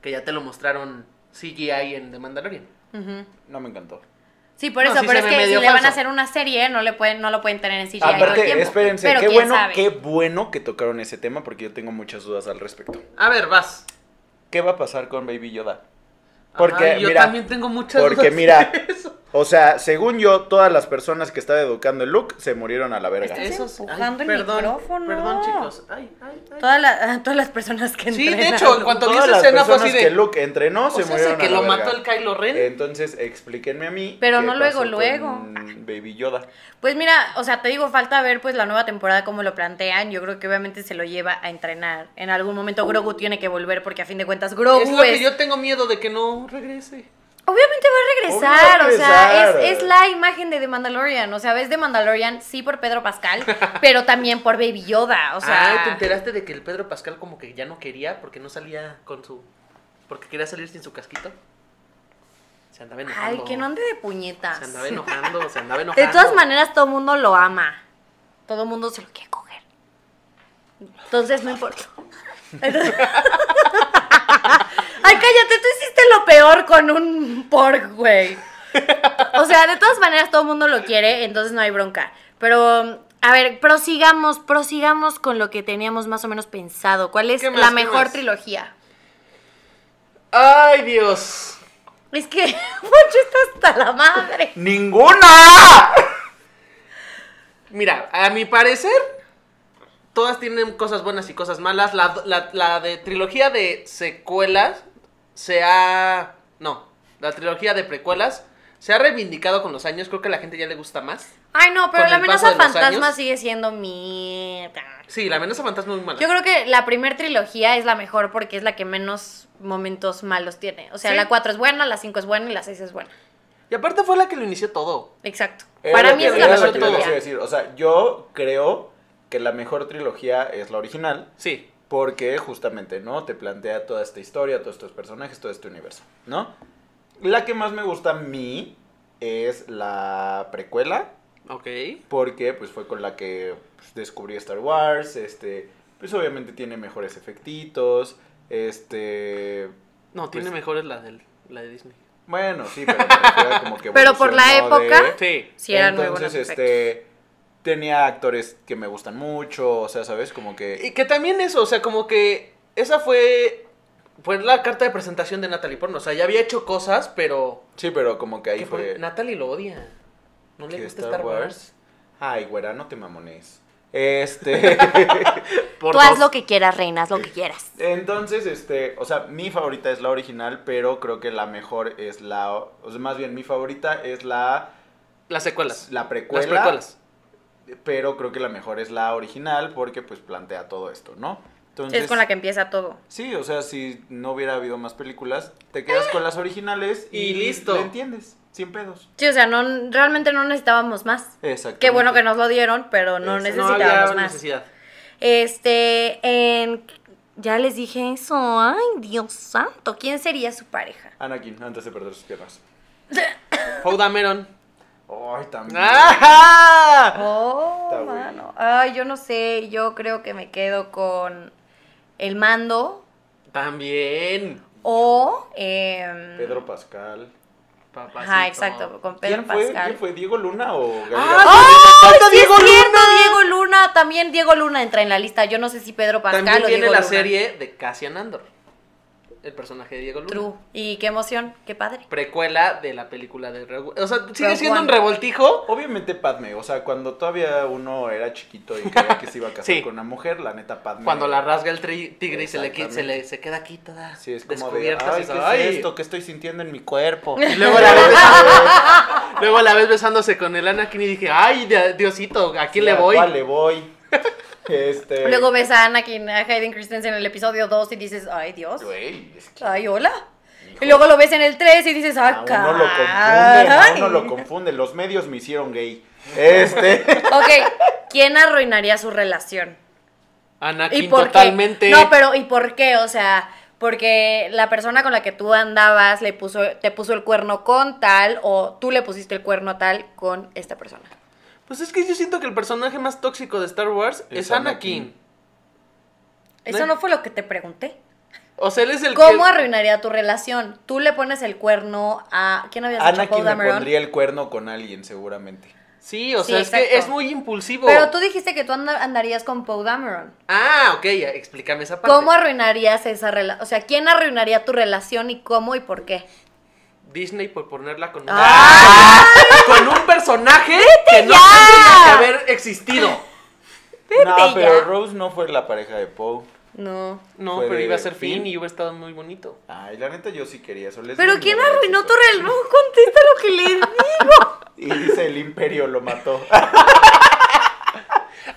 Que ya te lo mostraron CGI en The Mandalorian. Ujú. No me encantó. Sí, por No, eso, sí se pero es ve que si medio le van falso. a hacer una serie, no le pueden, no lo pueden tener en CGI todo el Aparte, tiempo. espérense, Pero qué quién bueno, sabe. qué bueno que tocaron ese tema porque yo tengo muchas dudas al respecto. A ver, vas. ¿Qué va a pasar con Baby Yoda? Ajá, Porque y yo mira, también tengo muchas porque dudas mira, de eso. o sea, según yo, todas las personas que estaba educando el Luke se murieron a la verga. Estás Eso sí. Ay, empujando el perdón, micrófono. Perdón, chicos. Ay, ay, ay. Todas las, todas las personas que Sí, de entrenan. hecho, en cuanto- vi todas esa las escena fue personas así de- que Luke entrenó O se sea, murieron ese que a la lo verga. mató el Kylo Ren. Entonces, explíquenme a mí. Pero qué no luego, pasó luego. con Baby Yoda. Pues mira, o sea, te digo, falta ver pues la nueva temporada cómo lo plantean. Yo creo que obviamente se lo lleva a entrenar. En algún momento Grogu tiene que volver porque a fin de cuentas Grogu Uh. es lo que es- yo tengo miedo de que no regrese. Obviamente Obvio va va a a regresar, o sea, regresar. es, es la imagen de The Mandalorian. O sea, ves The Mandalorian sí por Pedro Pascal, pero también por Baby Yoda. O sea, Ay, Ah, ¿te enteraste de que el Pedro Pascal como que ya no quería porque no salía con su... porque quería salir sin su casquito? Se andaba enojando. Ay, que no ande de puñetas. Se andaba enojando, se andaba enojando. De todas maneras, todo el mundo lo ama. Todo el mundo se lo quiere coger. Entonces, no importa. Entonces- Ay, cállate, tú hiciste lo peor con un pork, güey. O sea, de todas maneras, todo el mundo lo quiere, entonces no hay bronca. Pero, a ver, prosigamos, prosigamos con lo que teníamos más o menos pensado. ¿Cuál es ¿Qué más, la qué mejor más? trilogía? Ay, Dios. Es que, Poncho está hasta la madre. ¡Ninguna! Mira, a mi parecer, todas tienen cosas buenas y cosas malas. La, la- la de trilogía de secuelas se ha... No, la trilogía de precuelas se ha reivindicado con los años. Creo que a la gente ya le gusta más. Ay, no, pero Con la el paso amenaza de los fantasma años. sigue siendo mierda. Sí, la amenaza fantasma es muy mala. Yo creo que la primer trilogía es la mejor porque es la que menos momentos malos tiene. O sea, Sí. la 4 es buena, la 5 es buena y la 6 es buena. Y aparte fue la que lo inició todo. Exacto. Era Para lo mí que- esa es la era mejor lo que les iba a trilogía. decir. O sea, yo creo que la mejor trilogía es la original. Sí. Porque justamente, ¿no? Te plantea toda esta historia, todos estos personajes, todo este universo, ¿no? La que más me gusta a mí es la precuela, Ok. porque pues fue con la que pues, descubrí Star Wars, este, pues obviamente tiene mejores efectitos, este, No, tiene Pues- mejores la, del, la de Disney. bueno, sí, pero me refiero como que Pero por la evolucionó época, Sí. Sí, eran muy buenos Entonces, este, tenía actores que me gustan mucho, o sea, ¿sabes? Como que... Y que también eso, o sea, como que esa fue Fue la carta de presentación de Natalie Portman. O sea, ya había hecho cosas, pero. Sí, pero como que ahí ¿qué fue? fue. Natalie lo odia. No le ¿Qué, gusta Star Wars. Ay, güera, no te mamones. Este. Por Tú haz dos. lo que quieras, reina, haz lo que quieras. Entonces, este, o sea, mi favorita es la original, pero creo que la mejor es la, o sea, más bien mi favorita es la, Las secuelas. la Las precuela, precuelas. pero creo que la mejor es la original porque pues plantea todo esto, ¿no? Entonces, Es con la que empieza todo. Sí, o sea, si no hubiera habido más películas, te quedas con las originales y, Y listo. le entiendes, sin pedos. Sí, o sea, no, realmente no necesitábamos más. Exacto. Qué bueno que nos lo dieron, pero no Exacto. No necesitábamos había más. necesidad. Este, en... Ya les dije eso. Ay, Dios santo. ¿Quién sería su pareja? Anakin, antes de perder sus piernas. Paul Dameron. Ay, también. Ah. ¡Ajá! Oh, Está bueno. mano. Ay, yo no sé. Yo creo que me quedo con el mando También. o... em, Pedro Pascal. Papacito. Ajá, exacto. Con Pedro ¿Quién fue? Pascal. ¿Quién fue? ¿Diego Luna o Gabriel? ¡Ah! ¡Ay, ¡Falta sí Diego es cierto! Luna! Diego Luna, también Diego Luna entra en la lista. Yo no sé si Pedro Pascal También o tiene Diego la Luna. serie de Cassian Andor. El personaje de Diego Luna. True. Y qué emoción, qué padre. Precuela de la película de Rogue- O sea, sigue Rogue siendo un One. revoltijo. Obviamente Padme, o sea, cuando todavía uno era chiquito y creía que se iba a casar Sí. con una mujer, la neta Padme. Cuando la rasga el tri- tigre y se le, qui- se Exactamente. le se queda aquí toda Sí, es como de, descubierta. ay, así, ¿qué es ay". esto que estoy sintiendo en mi cuerpo? Y luego la, ves, luego la ves besándose con el Anakin y dije, ay, di- Diosito, ¿a quién Sí, le ¿a voy? cuál le voy? Este... Luego ves a Anakin, a Hayden Christensen en el episodio 2 y dices, ay Dios, Güey, es que... ay hola. Y luego lo ves en el 3 y dices, a ah, uno lo caray. confunde, a uno lo confunde. Los medios me hicieron gay. Este... Ok, ¿quién arruinaría su relación? Anakin por qué? totalmente. No, pero ¿y por qué? O sea, porque la persona con la que tú andabas le puso, te puso el cuerno con tal o tú le pusiste el cuerno a tal con esta persona. Pues es que yo siento que el personaje más tóxico de Star Wars es, Es Anakin. Anakin. Eso No. no fue lo que te pregunté. O sea, él es el ¿Cómo que... arruinaría tu relación? Tú le pones el cuerno a... ¿Quién había dicho? Paul Anakin me Dameron? pondría el cuerno con alguien, seguramente. Sí, o Sí, sea, es que exacto. es muy impulsivo. Pero tú dijiste que tú anda- andarías con Poe Dameron. Ah, ok, ya, explícame esa parte. ¿Cómo arruinarías esa relación? O sea, ¿quién arruinaría tu relación y cómo y por qué? Disney por ponerla con un, ¡Ah! con un personaje que no ya! tendría que haber existido. no, ya. pero Rose no fue la pareja de Poe. No. No, Fue pero de iba a ser Finn. Finn y hubiera estado muy bonito. Ay, la neta yo sí quería eso. ¿Pero quién arruinó tu relación? relación? No, contesta lo que le digo. Y dice el imperio lo mató.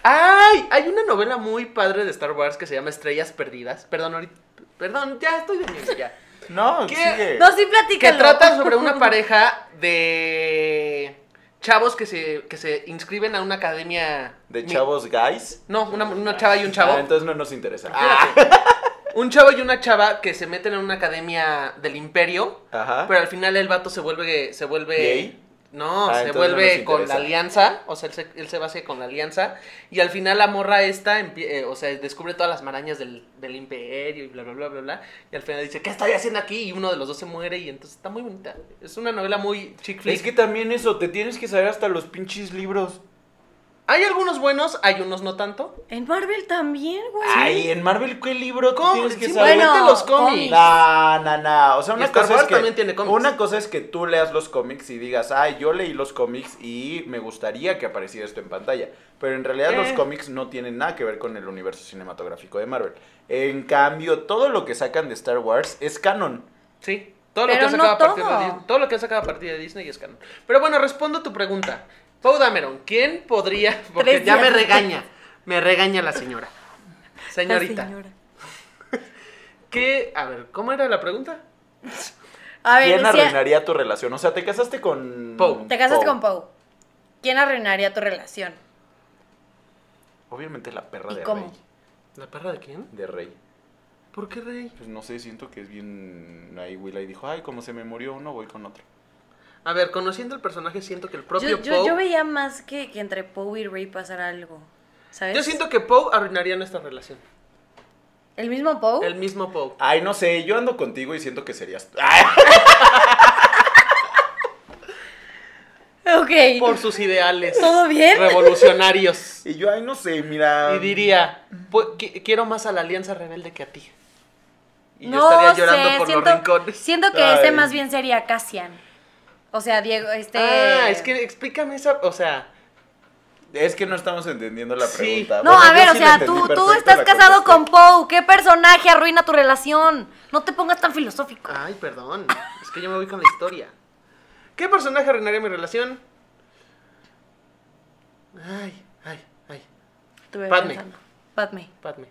¡Ay! Hay una novela muy padre de Star Wars que se llama Estrellas Perdidas. Perdón, ahorita. Perdón, ya estoy de niño, ya. No, ¿Qué? sigue. No, sí, Que platícalo. trata sobre una pareja de chavos que se, que se inscriben a una academia. De mi- chavos guys. No, una, una chava y un chavo. Ah, Ah, entonces no nos interesa. Espérate. Un chavo y una chava que se meten en una academia del imperio. Ajá. Pero eh, al final el vato se vuelve. Se vuelve Ah. ¿Gay? No, Ah, se entonces no vuelve nos con la interesa. alianza. O sea, él se, él se va hacia con la alianza. Y al final la morra esta, empie- eh, o sea, descubre todas las marañas del, del imperio y bla, bla, bla, bla, bla. Y al final dice, ¿qué estoy haciendo aquí? Y uno de los dos se muere. Y entonces está muy bonita. Es una novela muy chick flick. es que también eso, te tienes que saber hasta los pinches libros. Hay algunos buenos, hay unos no tanto. En Marvel también, güey. Ay, en Marvel, ¿qué libro ¿Cómo? ¿Cómo? tienes que Sí, saber? bueno, los cómics. cómics. No, no, no. O sea, Y una Star cosa, Wars es que, también tiene cómics. una cosa es que tú leas los cómics y digas, ay, yo leí los cómics y me gustaría que apareciera esto en pantalla. Pero en realidad los Eh. cómics no tienen nada que ver con el universo cinematográfico de Marvel. En cambio, todo lo que sacan de Star Wars es canon. Sí. Todo lo, Pero que han no sacado a partir todo. De, Dis- todo lo que han sacado a partir de Disney es canon. Pero bueno, respondo a tu pregunta. Pau Dameron, ¿quién podría.? Porque Tres ya me días. regaña. Me regaña la señora. La Señorita. señora. ¿Qué? A ver, ¿cómo era la pregunta? A ver, ¿Quién decía- arruinaría tu relación? O sea, te casaste con... Poe. te casaste con Poe. ¿Quién arruinaría tu relación? Obviamente la perra ¿Y de cómo? Rey. ¿La perra de quién? De Rey. ¿Por qué rey? Pues no sé, siento que es bien... Ahí Willa y dijo, ay, como se me murió uno, voy con otro. A ver, conociendo el personaje, siento que el propio Yo, Poe. yo, yo veía más que, que entre Poe y Ray pasara algo. ¿Sabes? yo siento que Poe arruinaría nuestra relación. ¿El mismo Poe? El mismo Poe. Ay, no sé, yo ando contigo y siento que serías... Ok. Por sus ideales. ¿Todo bien? Revolucionarios. Y yo, ay, no sé, mira... Y diría, "Pu- qui- quiero más a la Alianza Rebelde que a ti. Y yo estaría llorando por los rincones. Siento que Ay. ese más bien sería Cassian. O sea, Diego, este. Ah, es que explícame esa, o sea, Es que no estamos entendiendo la Sí. pregunta. No, Bueno, a yo ver, o sí la sea, entendí tú, tú perfecto, estás la casado contesté. con Poe. ¿Qué personaje arruina tu relación? No te pongas tan filosófico. ay, perdón, es que yo me voy con la historia. ¿Qué personaje arruinaría mi relación? Ay, ay, ay, Estuve Padme. pensando. Padme. Padme.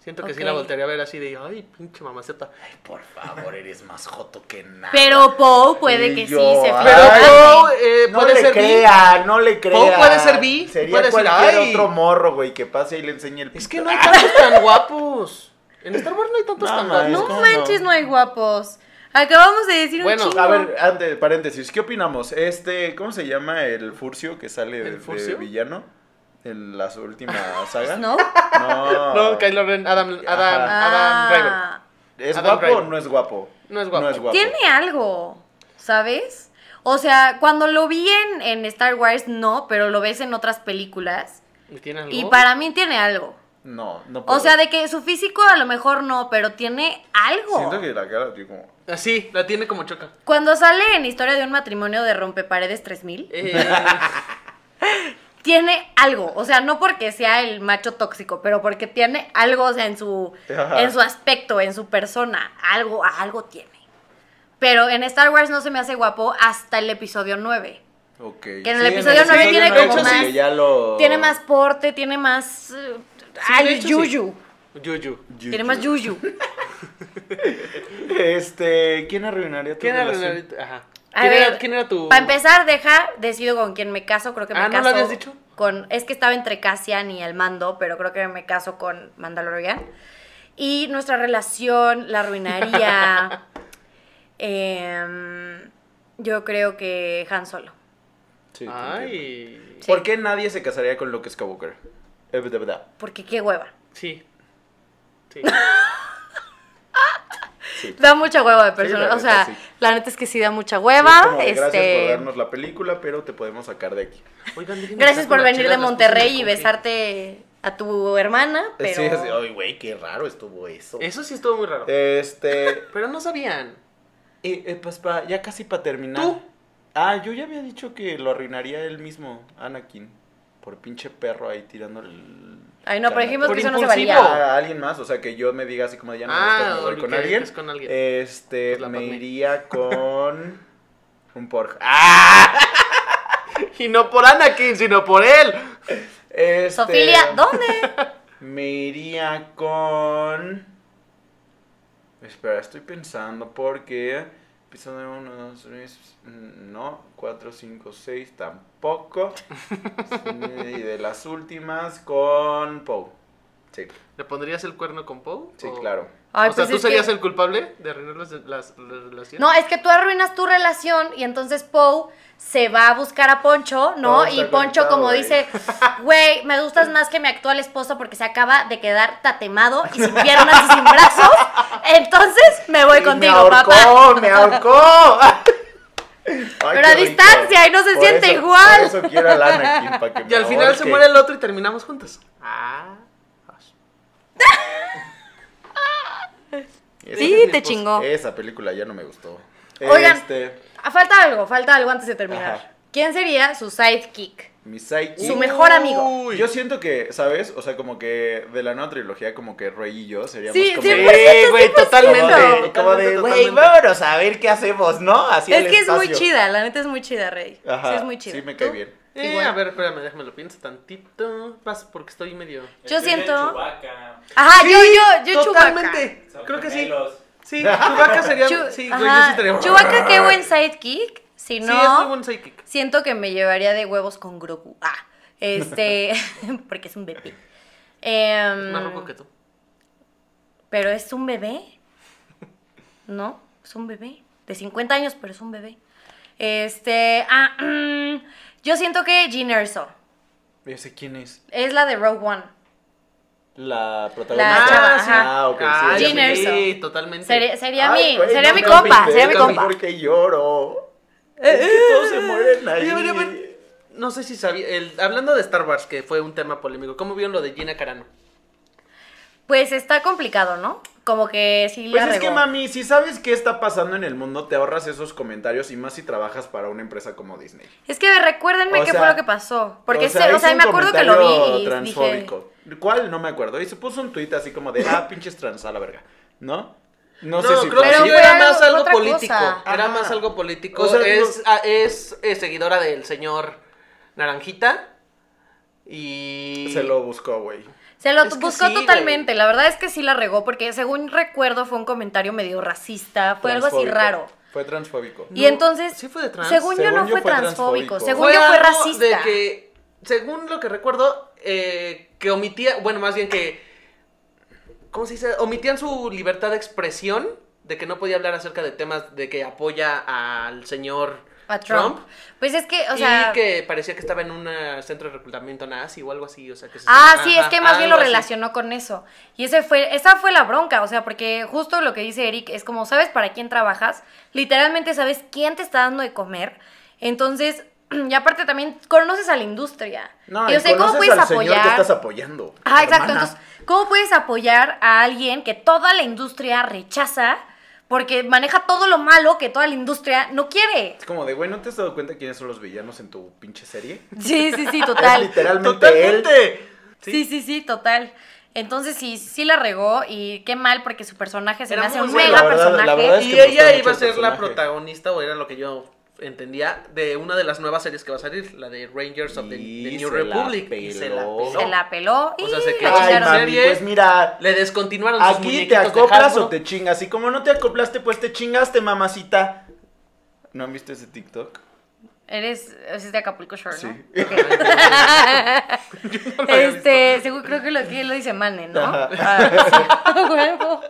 Siento que sí Ok. la voltearía a ver así de, ay, pinche mamaceta. Por favor, eres más joto que nada. Ah, Pero Poe puede que Y sí yo, se ay. fije. ah. Pero en Poe, Padme. eh, no puede le ser bi. crea, no le crea. Poe puede ser bi, Sería puede ser- cualquier ay. otro morro, güey, que pase y le enseñe el Es pito. que no hay tantos tan guapos. En Star Wars no hay tantos No, tan man. guapos. No ¿cómo no? manches, no hay guapos. Acabamos de decir Bueno, un chingo. A ver, antes, paréntesis, ¿qué opinamos? Este, ¿cómo se llama el furcio que sale de, ¿El de furcio? villano? En la última saga. ¿No? No. No, Kylo Ren, Adam, Ajá. Adam, Adam Driver. Ah, ¿Es Adam guapo Driver. o no es guapo? No es guapo. tiene algo, ¿sabes? O sea, cuando lo vi en, en Star Wars, no, pero lo ves en otras películas. ¿Y tiene algo? Y para mí tiene algo. No, no puedo. O sea, de que su físico a lo mejor no, pero tiene algo. Siento que la cara, tío, como... Así, Ah, la tiene como choca. Cuando sale en Historia de un matrimonio de Rompeparedes 3000, Eh, tiene algo. O sea, no porque sea el macho tóxico, pero porque tiene algo, o sea, en su, Ajá. en su aspecto, en su persona. Algo, algo tiene. Pero en Star Wars no se me hace guapo hasta el episodio 9. Ok. Que en el episodio nueve episodio tiene nueve como que más- ya lo- Tiene más porte, tiene más. eh, ay, Oh. de hecho, sí. yuyu. Yuyu. Yuyu. Tiene más yuyu. Este, ¿quién arruinaría tu ¿Quién era, relación? ajá. A ¿Quién, ver, era, quién era tu...? Para empezar, deja, decido con quién me caso. Creo que me Ah, ¿no lo caso. habías dicho? Con, es que estaba entre Cassian y el mando, pero creo que me caso con Mandalorian. Y nuestra relación la arruinaría. em, yo creo que Han Solo. Sí, te entiendo. Ay. Sí. ¿Por qué nadie se casaría con Luke Skywalker? Es Eh, verdad. Porque qué hueva. Sí. Sí. Sí. Da mucha hueva de persona. la o sea, neta, sí. la neta es que sí da mucha Sí, es hueva. como de, Gracias este, por darnos la película, pero te podemos sacar de aquí. Oigan, déjenme gracias saco por la venir chela, de las puse en Monterrey el y cojín. besarte a tu hermana. Pero... Sí, así, ay, güey, qué raro estuvo eso. Eso sí estuvo muy raro. Este, Pero no sabían. eh, eh, pues pa- ya casi para terminar. ¿Tú? Ah, yo ya había dicho que lo arruinaría él mismo, Anakin, por pinche perro ahí tirándole el... Ay, no, pero dijimos Por que eso no se impulsivo. valía. a alguien más, o sea, que yo me diga así como de ya no me Oh. Ah, gusta, me voy o con que alguien. estés con alguien. Este, Pues la me Padmé. iría con un porja. ¡Ah! Y no por Anakin, sino por él. Este, Sofilia, ¿dónde? Me iría con. Espera, estoy pensando porque. Episodio 1, 2, 3, mm, no, 4, 5, 6, tampoco. y de las últimas con Poe. Sí, ¿Le pondrías el cuerno con Poe? sí, ¿O- claro. Ay, o sea, pues ¿tú es que- serías el culpable de arruinar las, las, las relaciones? No, es que tú arruinas tu relación y entonces Poe se va a buscar a Poncho, ¿no? Todo está y Poncho conectado, como güey. dice, güey, me gustas más que mi actual esposo porque se acaba de quedar tatemado y sin piernas y sin brazos, entonces me voy Y contigo, me ahorcó, papá. me ahorcó. Ay, Pero qué a rico. distancia, y no se Por siente eso- igual. Por eso quiero al Anakin, para que me Y al final se ahorque. muere el otro y terminamos juntos. Ah. Esa- Sí, te esposo. chingó. pues, Esa película ya no me gustó. Oigan. Este, Ah, Falta algo, falta algo antes de terminar. Ajá. ¿Quién sería su sidekick? mi sidekick. Su mejor amigo. Uy. Yo siento que, ¿sabes? O sea, como que de la nueva trilogía, como que Rey y yo seríamos Sí, como... sí, Sí, por eso, güey, sí, por totalmente. eso. de- como de, Totalmente, güey, totalmente. vámonos a ver qué hacemos, ¿no? Así Es al que es muy espacio". chida, la neta es muy chida, Rey. Ajá, sí, es muy chida. Sí, me cae ¿Tú? bien. Eh, Igual. a ver, espérame, déjame lo pienso tantito. Vas, porque estoy medio. Yo Estoy en siento- Chewbacca. Ajá, Sí, Ah, yo, yo, yo Chewbacca. Totalmente. Son Creo que sí. gemelos. Sí, Chewbacca sería. Chu- sí, güey, yo ajá. sí estaría. Chewbacca, qué buen sidekick. Si Sí, no, es muy buen psychic. siento que me llevaría de huevos con Grogu. Ah, este, porque es un bebé. Em, Más rojo que tú. pero es un bebé. No, es un bebé. De 50 años, pero es un bebé. Este, ah, mm, yo siento que Jean Erso ¿Ese quién es? es la de Rogue One. La La protagonista. chava, ajá. ah, ok. Ah, sí, Jin ya me- Erso. sí, totalmente. Sería, sería Ay, mi, güey, sería no mi me compa, sería mi inventes, compa. porque lloro. Es que todos se mueren ahí. Oye, oye, oye, No sé si sabía. el- hablando de Star Wars, que fue un tema polémico, ¿cómo vieron lo de Gina Carano? Pues está complicado, ¿no? como que sí Pues la es que, regó. mami, si sabes qué está pasando en el mundo, te ahorras esos comentarios y más si trabajas para una empresa como Disney. Es que recuérdenme O qué sea, fue lo que pasó. Porque, o se- o sea, hizo me un acuerdo que lo vi y comentario dije... transfóbico. ¿Cuál? No me acuerdo. Y se puso un tuit así como de, ah, pinches trans a la verga. ¿No? No, No, sé si fue creo que Pero así. yo era fue más algo- algo otra político. cosa. Era Ajá. más algo político. O sea, es, no- ah, es, eh, seguidora del señor Naranjita. Y. Se lo buscó, güey. Se lo Es que buscó sí, güey. totalmente, la verdad es que sí la regó, porque según recuerdo fue un comentario medio racista, fue algo así Transfóbico. raro. Fue transfóbico. Y No, entonces, sí fue de trans. según, yo no fue transfóbico, transfóbico. según yo fue algo racista. De que, según lo que recuerdo, eh, que omitía, bueno, más bien que, ¿cómo se dice? Omitían su libertad de expresión, de que no podía hablar acerca de temas de que apoya al señor A Trump. Pues es que, o sea... y que parecía que estaba en un eh, centro de reclutamiento nazi o algo así, o sea que se- Ah, sí, ajá, es que más bien lo algo así. relacionó con eso. Y ese fue, esa fue la bronca, o sea, porque justo lo que dice Eric es como, ¿sabes para quién trabajas? Literalmente sabes quién te está dando de comer. Entonces, y aparte también conoces a la industria. No, y, o y sea, ¿cómo conoces puedes al apoyar? señor que estás apoyando. Ah, exacto. hermana. Entonces, ¿cómo puedes apoyar a alguien que toda la industria rechaza porque maneja todo lo malo que toda la industria no quiere? Es como de, güey, ¿no te has dado cuenta quiénes son los villanos en tu pinche serie? Sí, sí, sí, Es total. literalmente él. Totalmente. Sí, sí, sí, total. Entonces sí, sí la regó y qué mal porque su personaje se Era me hace muy un bueno. mega La verdad- personaje. la verdad es que Y me gustó ella mucho iba a el ser la personaje. protagonista, o era lo que yo entendía, de una de las nuevas series que va a salir, la de Rangers of the, Y the New se la Republic. y se la peló. peló. Se la peló y O sea, se la quedó Ay, chingaron. mami, Serie- pues mira, Le descontinuaron sus aquí te muñequitos de acoplas Hasbro. o te chingas. Y como no te acoplaste, pues te chingaste, mamacita. ¿No han visto ese TikTok? Eres, es de Acapulco Shore, ¿no? Sí. Este, seguro creo que lo, que lo dice Mane, ¿no? Ajá. Ah, sí, a huevo.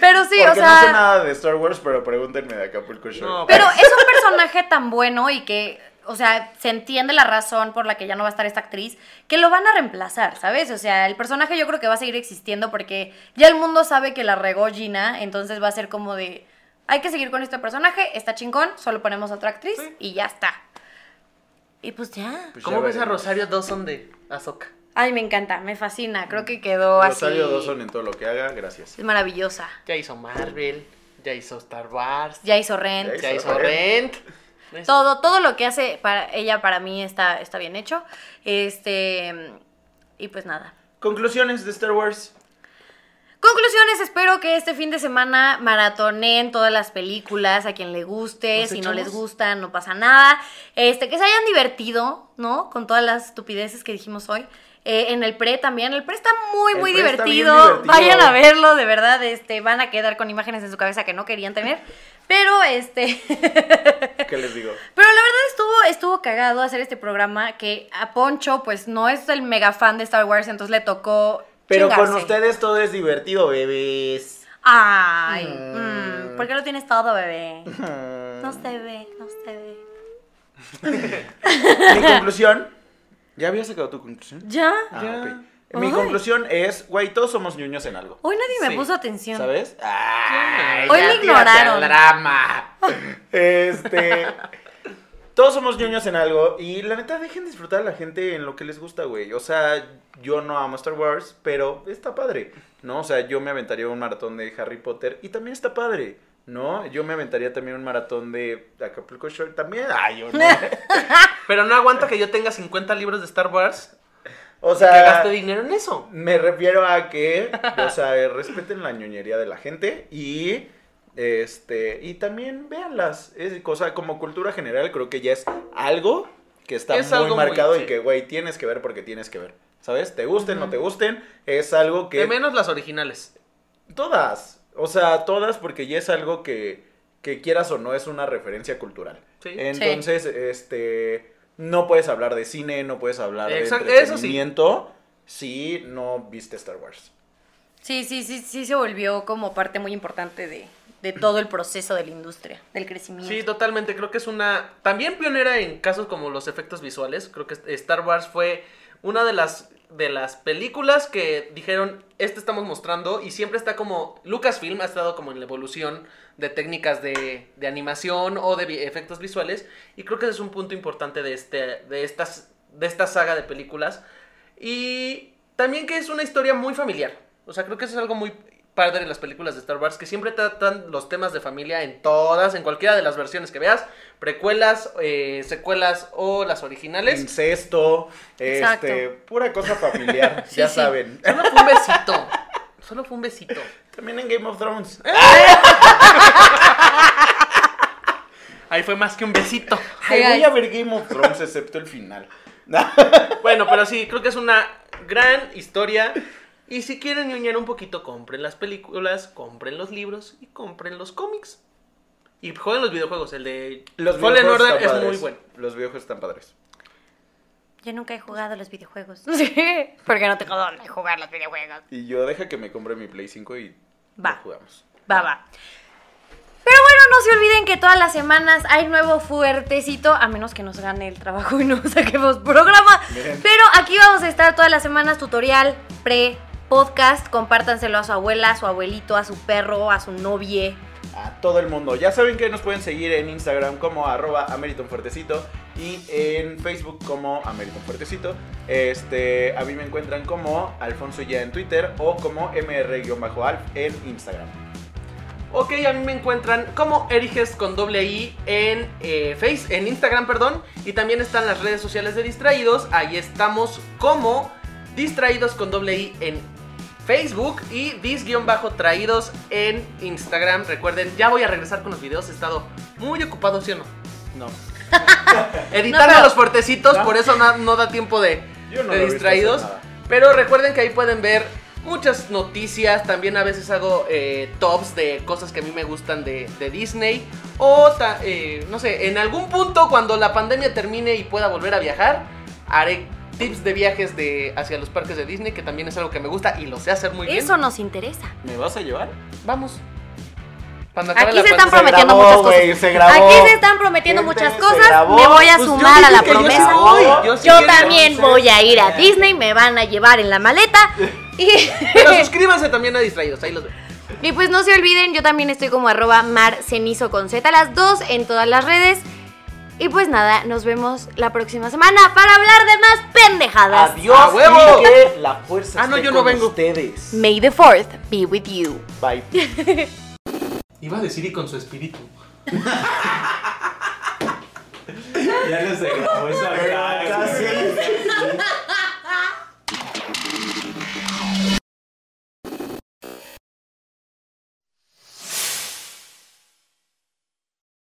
Pero sí, Porque o no sea. sé nada de Star Wars, pero pregúntenme de Acapulco Shore. Pues No, Pero es un personaje tan bueno y que, o sea, se entiende la razón por la que ya no va a estar esta actriz, que lo van a reemplazar, ¿sabes? O sea, el personaje yo creo que va a seguir existiendo porque ya el mundo sabe que la regó Gina, entonces va a ser como de, hay que seguir con este personaje, está chingón, solo ponemos a otra actriz y ya está. Y pues ya. Pues ya ¿Cómo ves a veremos. Rosario Dawson de Azoka? Ay, me encanta, me fascina, creo que quedó Mm. Rosario así. Dawson en todo lo que haga, gracias. Es maravillosa. Ya hizo Marvel, ya hizo Star Wars, Ya hizo Rent. Ya ya hizo hizo Rent. Todo, todo lo que hace para ella para mí está, está bien hecho. Este y pues nada. Conclusiones de Star Wars. Conclusiones, espero que este fin de semana maratonen todas las películas, a quien le guste, ¿Nos si no les echamos? gusta, no pasa nada. Este, que se hayan divertido, ¿no? Con todas las estupideces que dijimos hoy. Eh, en el pre también, el pre está muy, El muy pre está bien divertido. divertido. Vayan a verlo, de verdad, este, van a quedar con imágenes en su cabeza que no querían tener. Pero este. ¿Qué les digo? Pero la verdad estuvo, estuvo cagado hacer este programa que a Poncho pues no es el mega fan de Star Wars, entonces le tocó... Pero con chingarse. ustedes todo es divertido, bebés. Ay, Mm. mm, ¿por qué lo tienes todo, bebé? No No se ve, no se ve. Mi conclusión. ¿Ya había sacado tu conclusión? ¿Ya? Ah, Ya. ok. Mi Ay. conclusión es, güey, todos somos ñoños en algo. Hoy nadie me Sí, puso atención. ¿Sabes? Ay, Hoy ya me tírate ignoraron. al drama. Este. Todos somos ñoños en algo y la neta dejen disfrutar a la gente en lo que les gusta, güey. O sea, yo no amo Star Wars, pero está padre, ¿no? O sea, yo me aventaría un maratón de Harry Potter y también está padre, ¿no? Yo me aventaría también un maratón de Acapulco Shore también. Ay, yo no. Pero no aguanta que yo tenga 50 libros de Star Wars O y que sea, gaste dinero en eso. me refiero a que, o sea, respeten la ñoñería de la gente y este y también véanlas, es cosa como cultura general, creo que ya es algo que está Es muy algo muy, marcado sí. y que güey, tienes que ver porque tienes que ver. ¿Sabes? Te gusten, no te gusten, es algo que De menos las originales. todas, o sea, todas porque ya es algo que que quieras o no es una referencia cultural. Sí. Entonces, este no puedes hablar de cine, no puedes hablar Exacto, de eso sí. entretenimiento si no viste Star Wars. Sí, sí, sí, sí se volvió como parte muy importante de, de todo el proceso de la industria, del crecimiento. Sí, totalmente. Creo que es una. También pionera en casos como los efectos visuales. Creo que Star Wars fue una de las de las películas que dijeron este estamos mostrando y siempre está como Lucasfilm ha estado como en la evolución de técnicas de, de animación o de vi- efectos visuales y creo que ese es un punto importante de este de estas de esta saga de películas y también que es una historia muy familiar o sea creo que eso es algo muy padre en las películas de Star Wars, que siempre tratan los temas de familia en todas, en cualquiera de las versiones que veas, precuelas, eh, secuelas o las originales. Incesto, Exacto. este, pura cosa familiar, Sí, ya sí. saben. Solo fue un besito. Solo fue un besito. También en Game of Thrones. Ahí fue más que un besito. Ay, Sí, voy ay. a Eh, ver Game of Thrones excepto el final. Bueno, pero sí, creo que es una gran historia. Y si quieren ñoñar un poquito, compren las películas, compren los libros y compren los cómics. Y jueguen los videojuegos. El de Fallen videojuegos Order están es muy padres. bueno. Los videojuegos están padres. Yo nunca he jugado a los videojuegos. Sí, porque no tengo dónde jugar los videojuegos. Y yo deja que me compre mi Play 5 y Va. lo jugamos. Va, va. Pero bueno, no se olviden que todas las semanas hay nuevo fuertecito, a menos que nos gane el trabajo y no saquemos programa. Miren. Pero aquí vamos a estar todas las semanas tutorial, pre, podcast, compártanselo a su abuela, a su abuelito, a su perro, a su novie. A todo el mundo. Ya saben que nos pueden seguir en Instagram como arroba Ameriton Fuertecito y en Facebook como Ameriton Fuertecito. Este, a mí me encuentran como Alfonso Ya en Twitter o como MR-Alf en Instagram. Ok, a mí me encuentran como Eriges con doble I en eh, Face, en Instagram, perdón. Y también están las redes sociales de Distraídos. Ahí estamos como Distraídos con doble I en Facebook y dis-traídos en Instagram. Recuerden, ya voy a regresar con los videos. He estado muy ocupado, ¿sí o no? No. No, Editando pero- los fuertecitos, ¿No? por eso no, no da tiempo de, Yo no de lo he visto distraídos. hacer nada. Pero recuerden que ahí pueden ver muchas noticias. También a veces hago eh, tops de cosas que a mí me gustan de, de Disney. O, ta- eh, no sé, en algún punto cuando la pandemia termine y pueda volver a viajar, haré tips de viajes de, hacia los parques de Disney, que también es algo que me gusta y lo sé hacer muy bien. Eso nos interesa. ¿Me vas a llevar? Vamos. Cuando acabe Aquí la se están pandemia- prometiendo grabó, muchas güey, cosas. se grabó. Aquí se están prometiendo Gente, muchas se cosas. grabó. Me voy a Pues yo sumar a dije la que yo sí promesa. voy, Yo, yo sí quiero, también entonces. voy a ir a Disney, me van a llevar en la maleta. Y... Pero suscríbanse también a Distraídos, ahí los veo. Y pues no se olviden, yo también estoy como arroba marcenizo con Z, las dos en todas las redes. Y pues nada, nos vemos la próxima semana para hablar de más pendejadas. Adiós. ¡A huevo! y que la fuerza Ah, no, esté yo no con vengo. ustedes. May the 4th be with you. Bye. Iba a decir y con su espíritu. ya les grabó esa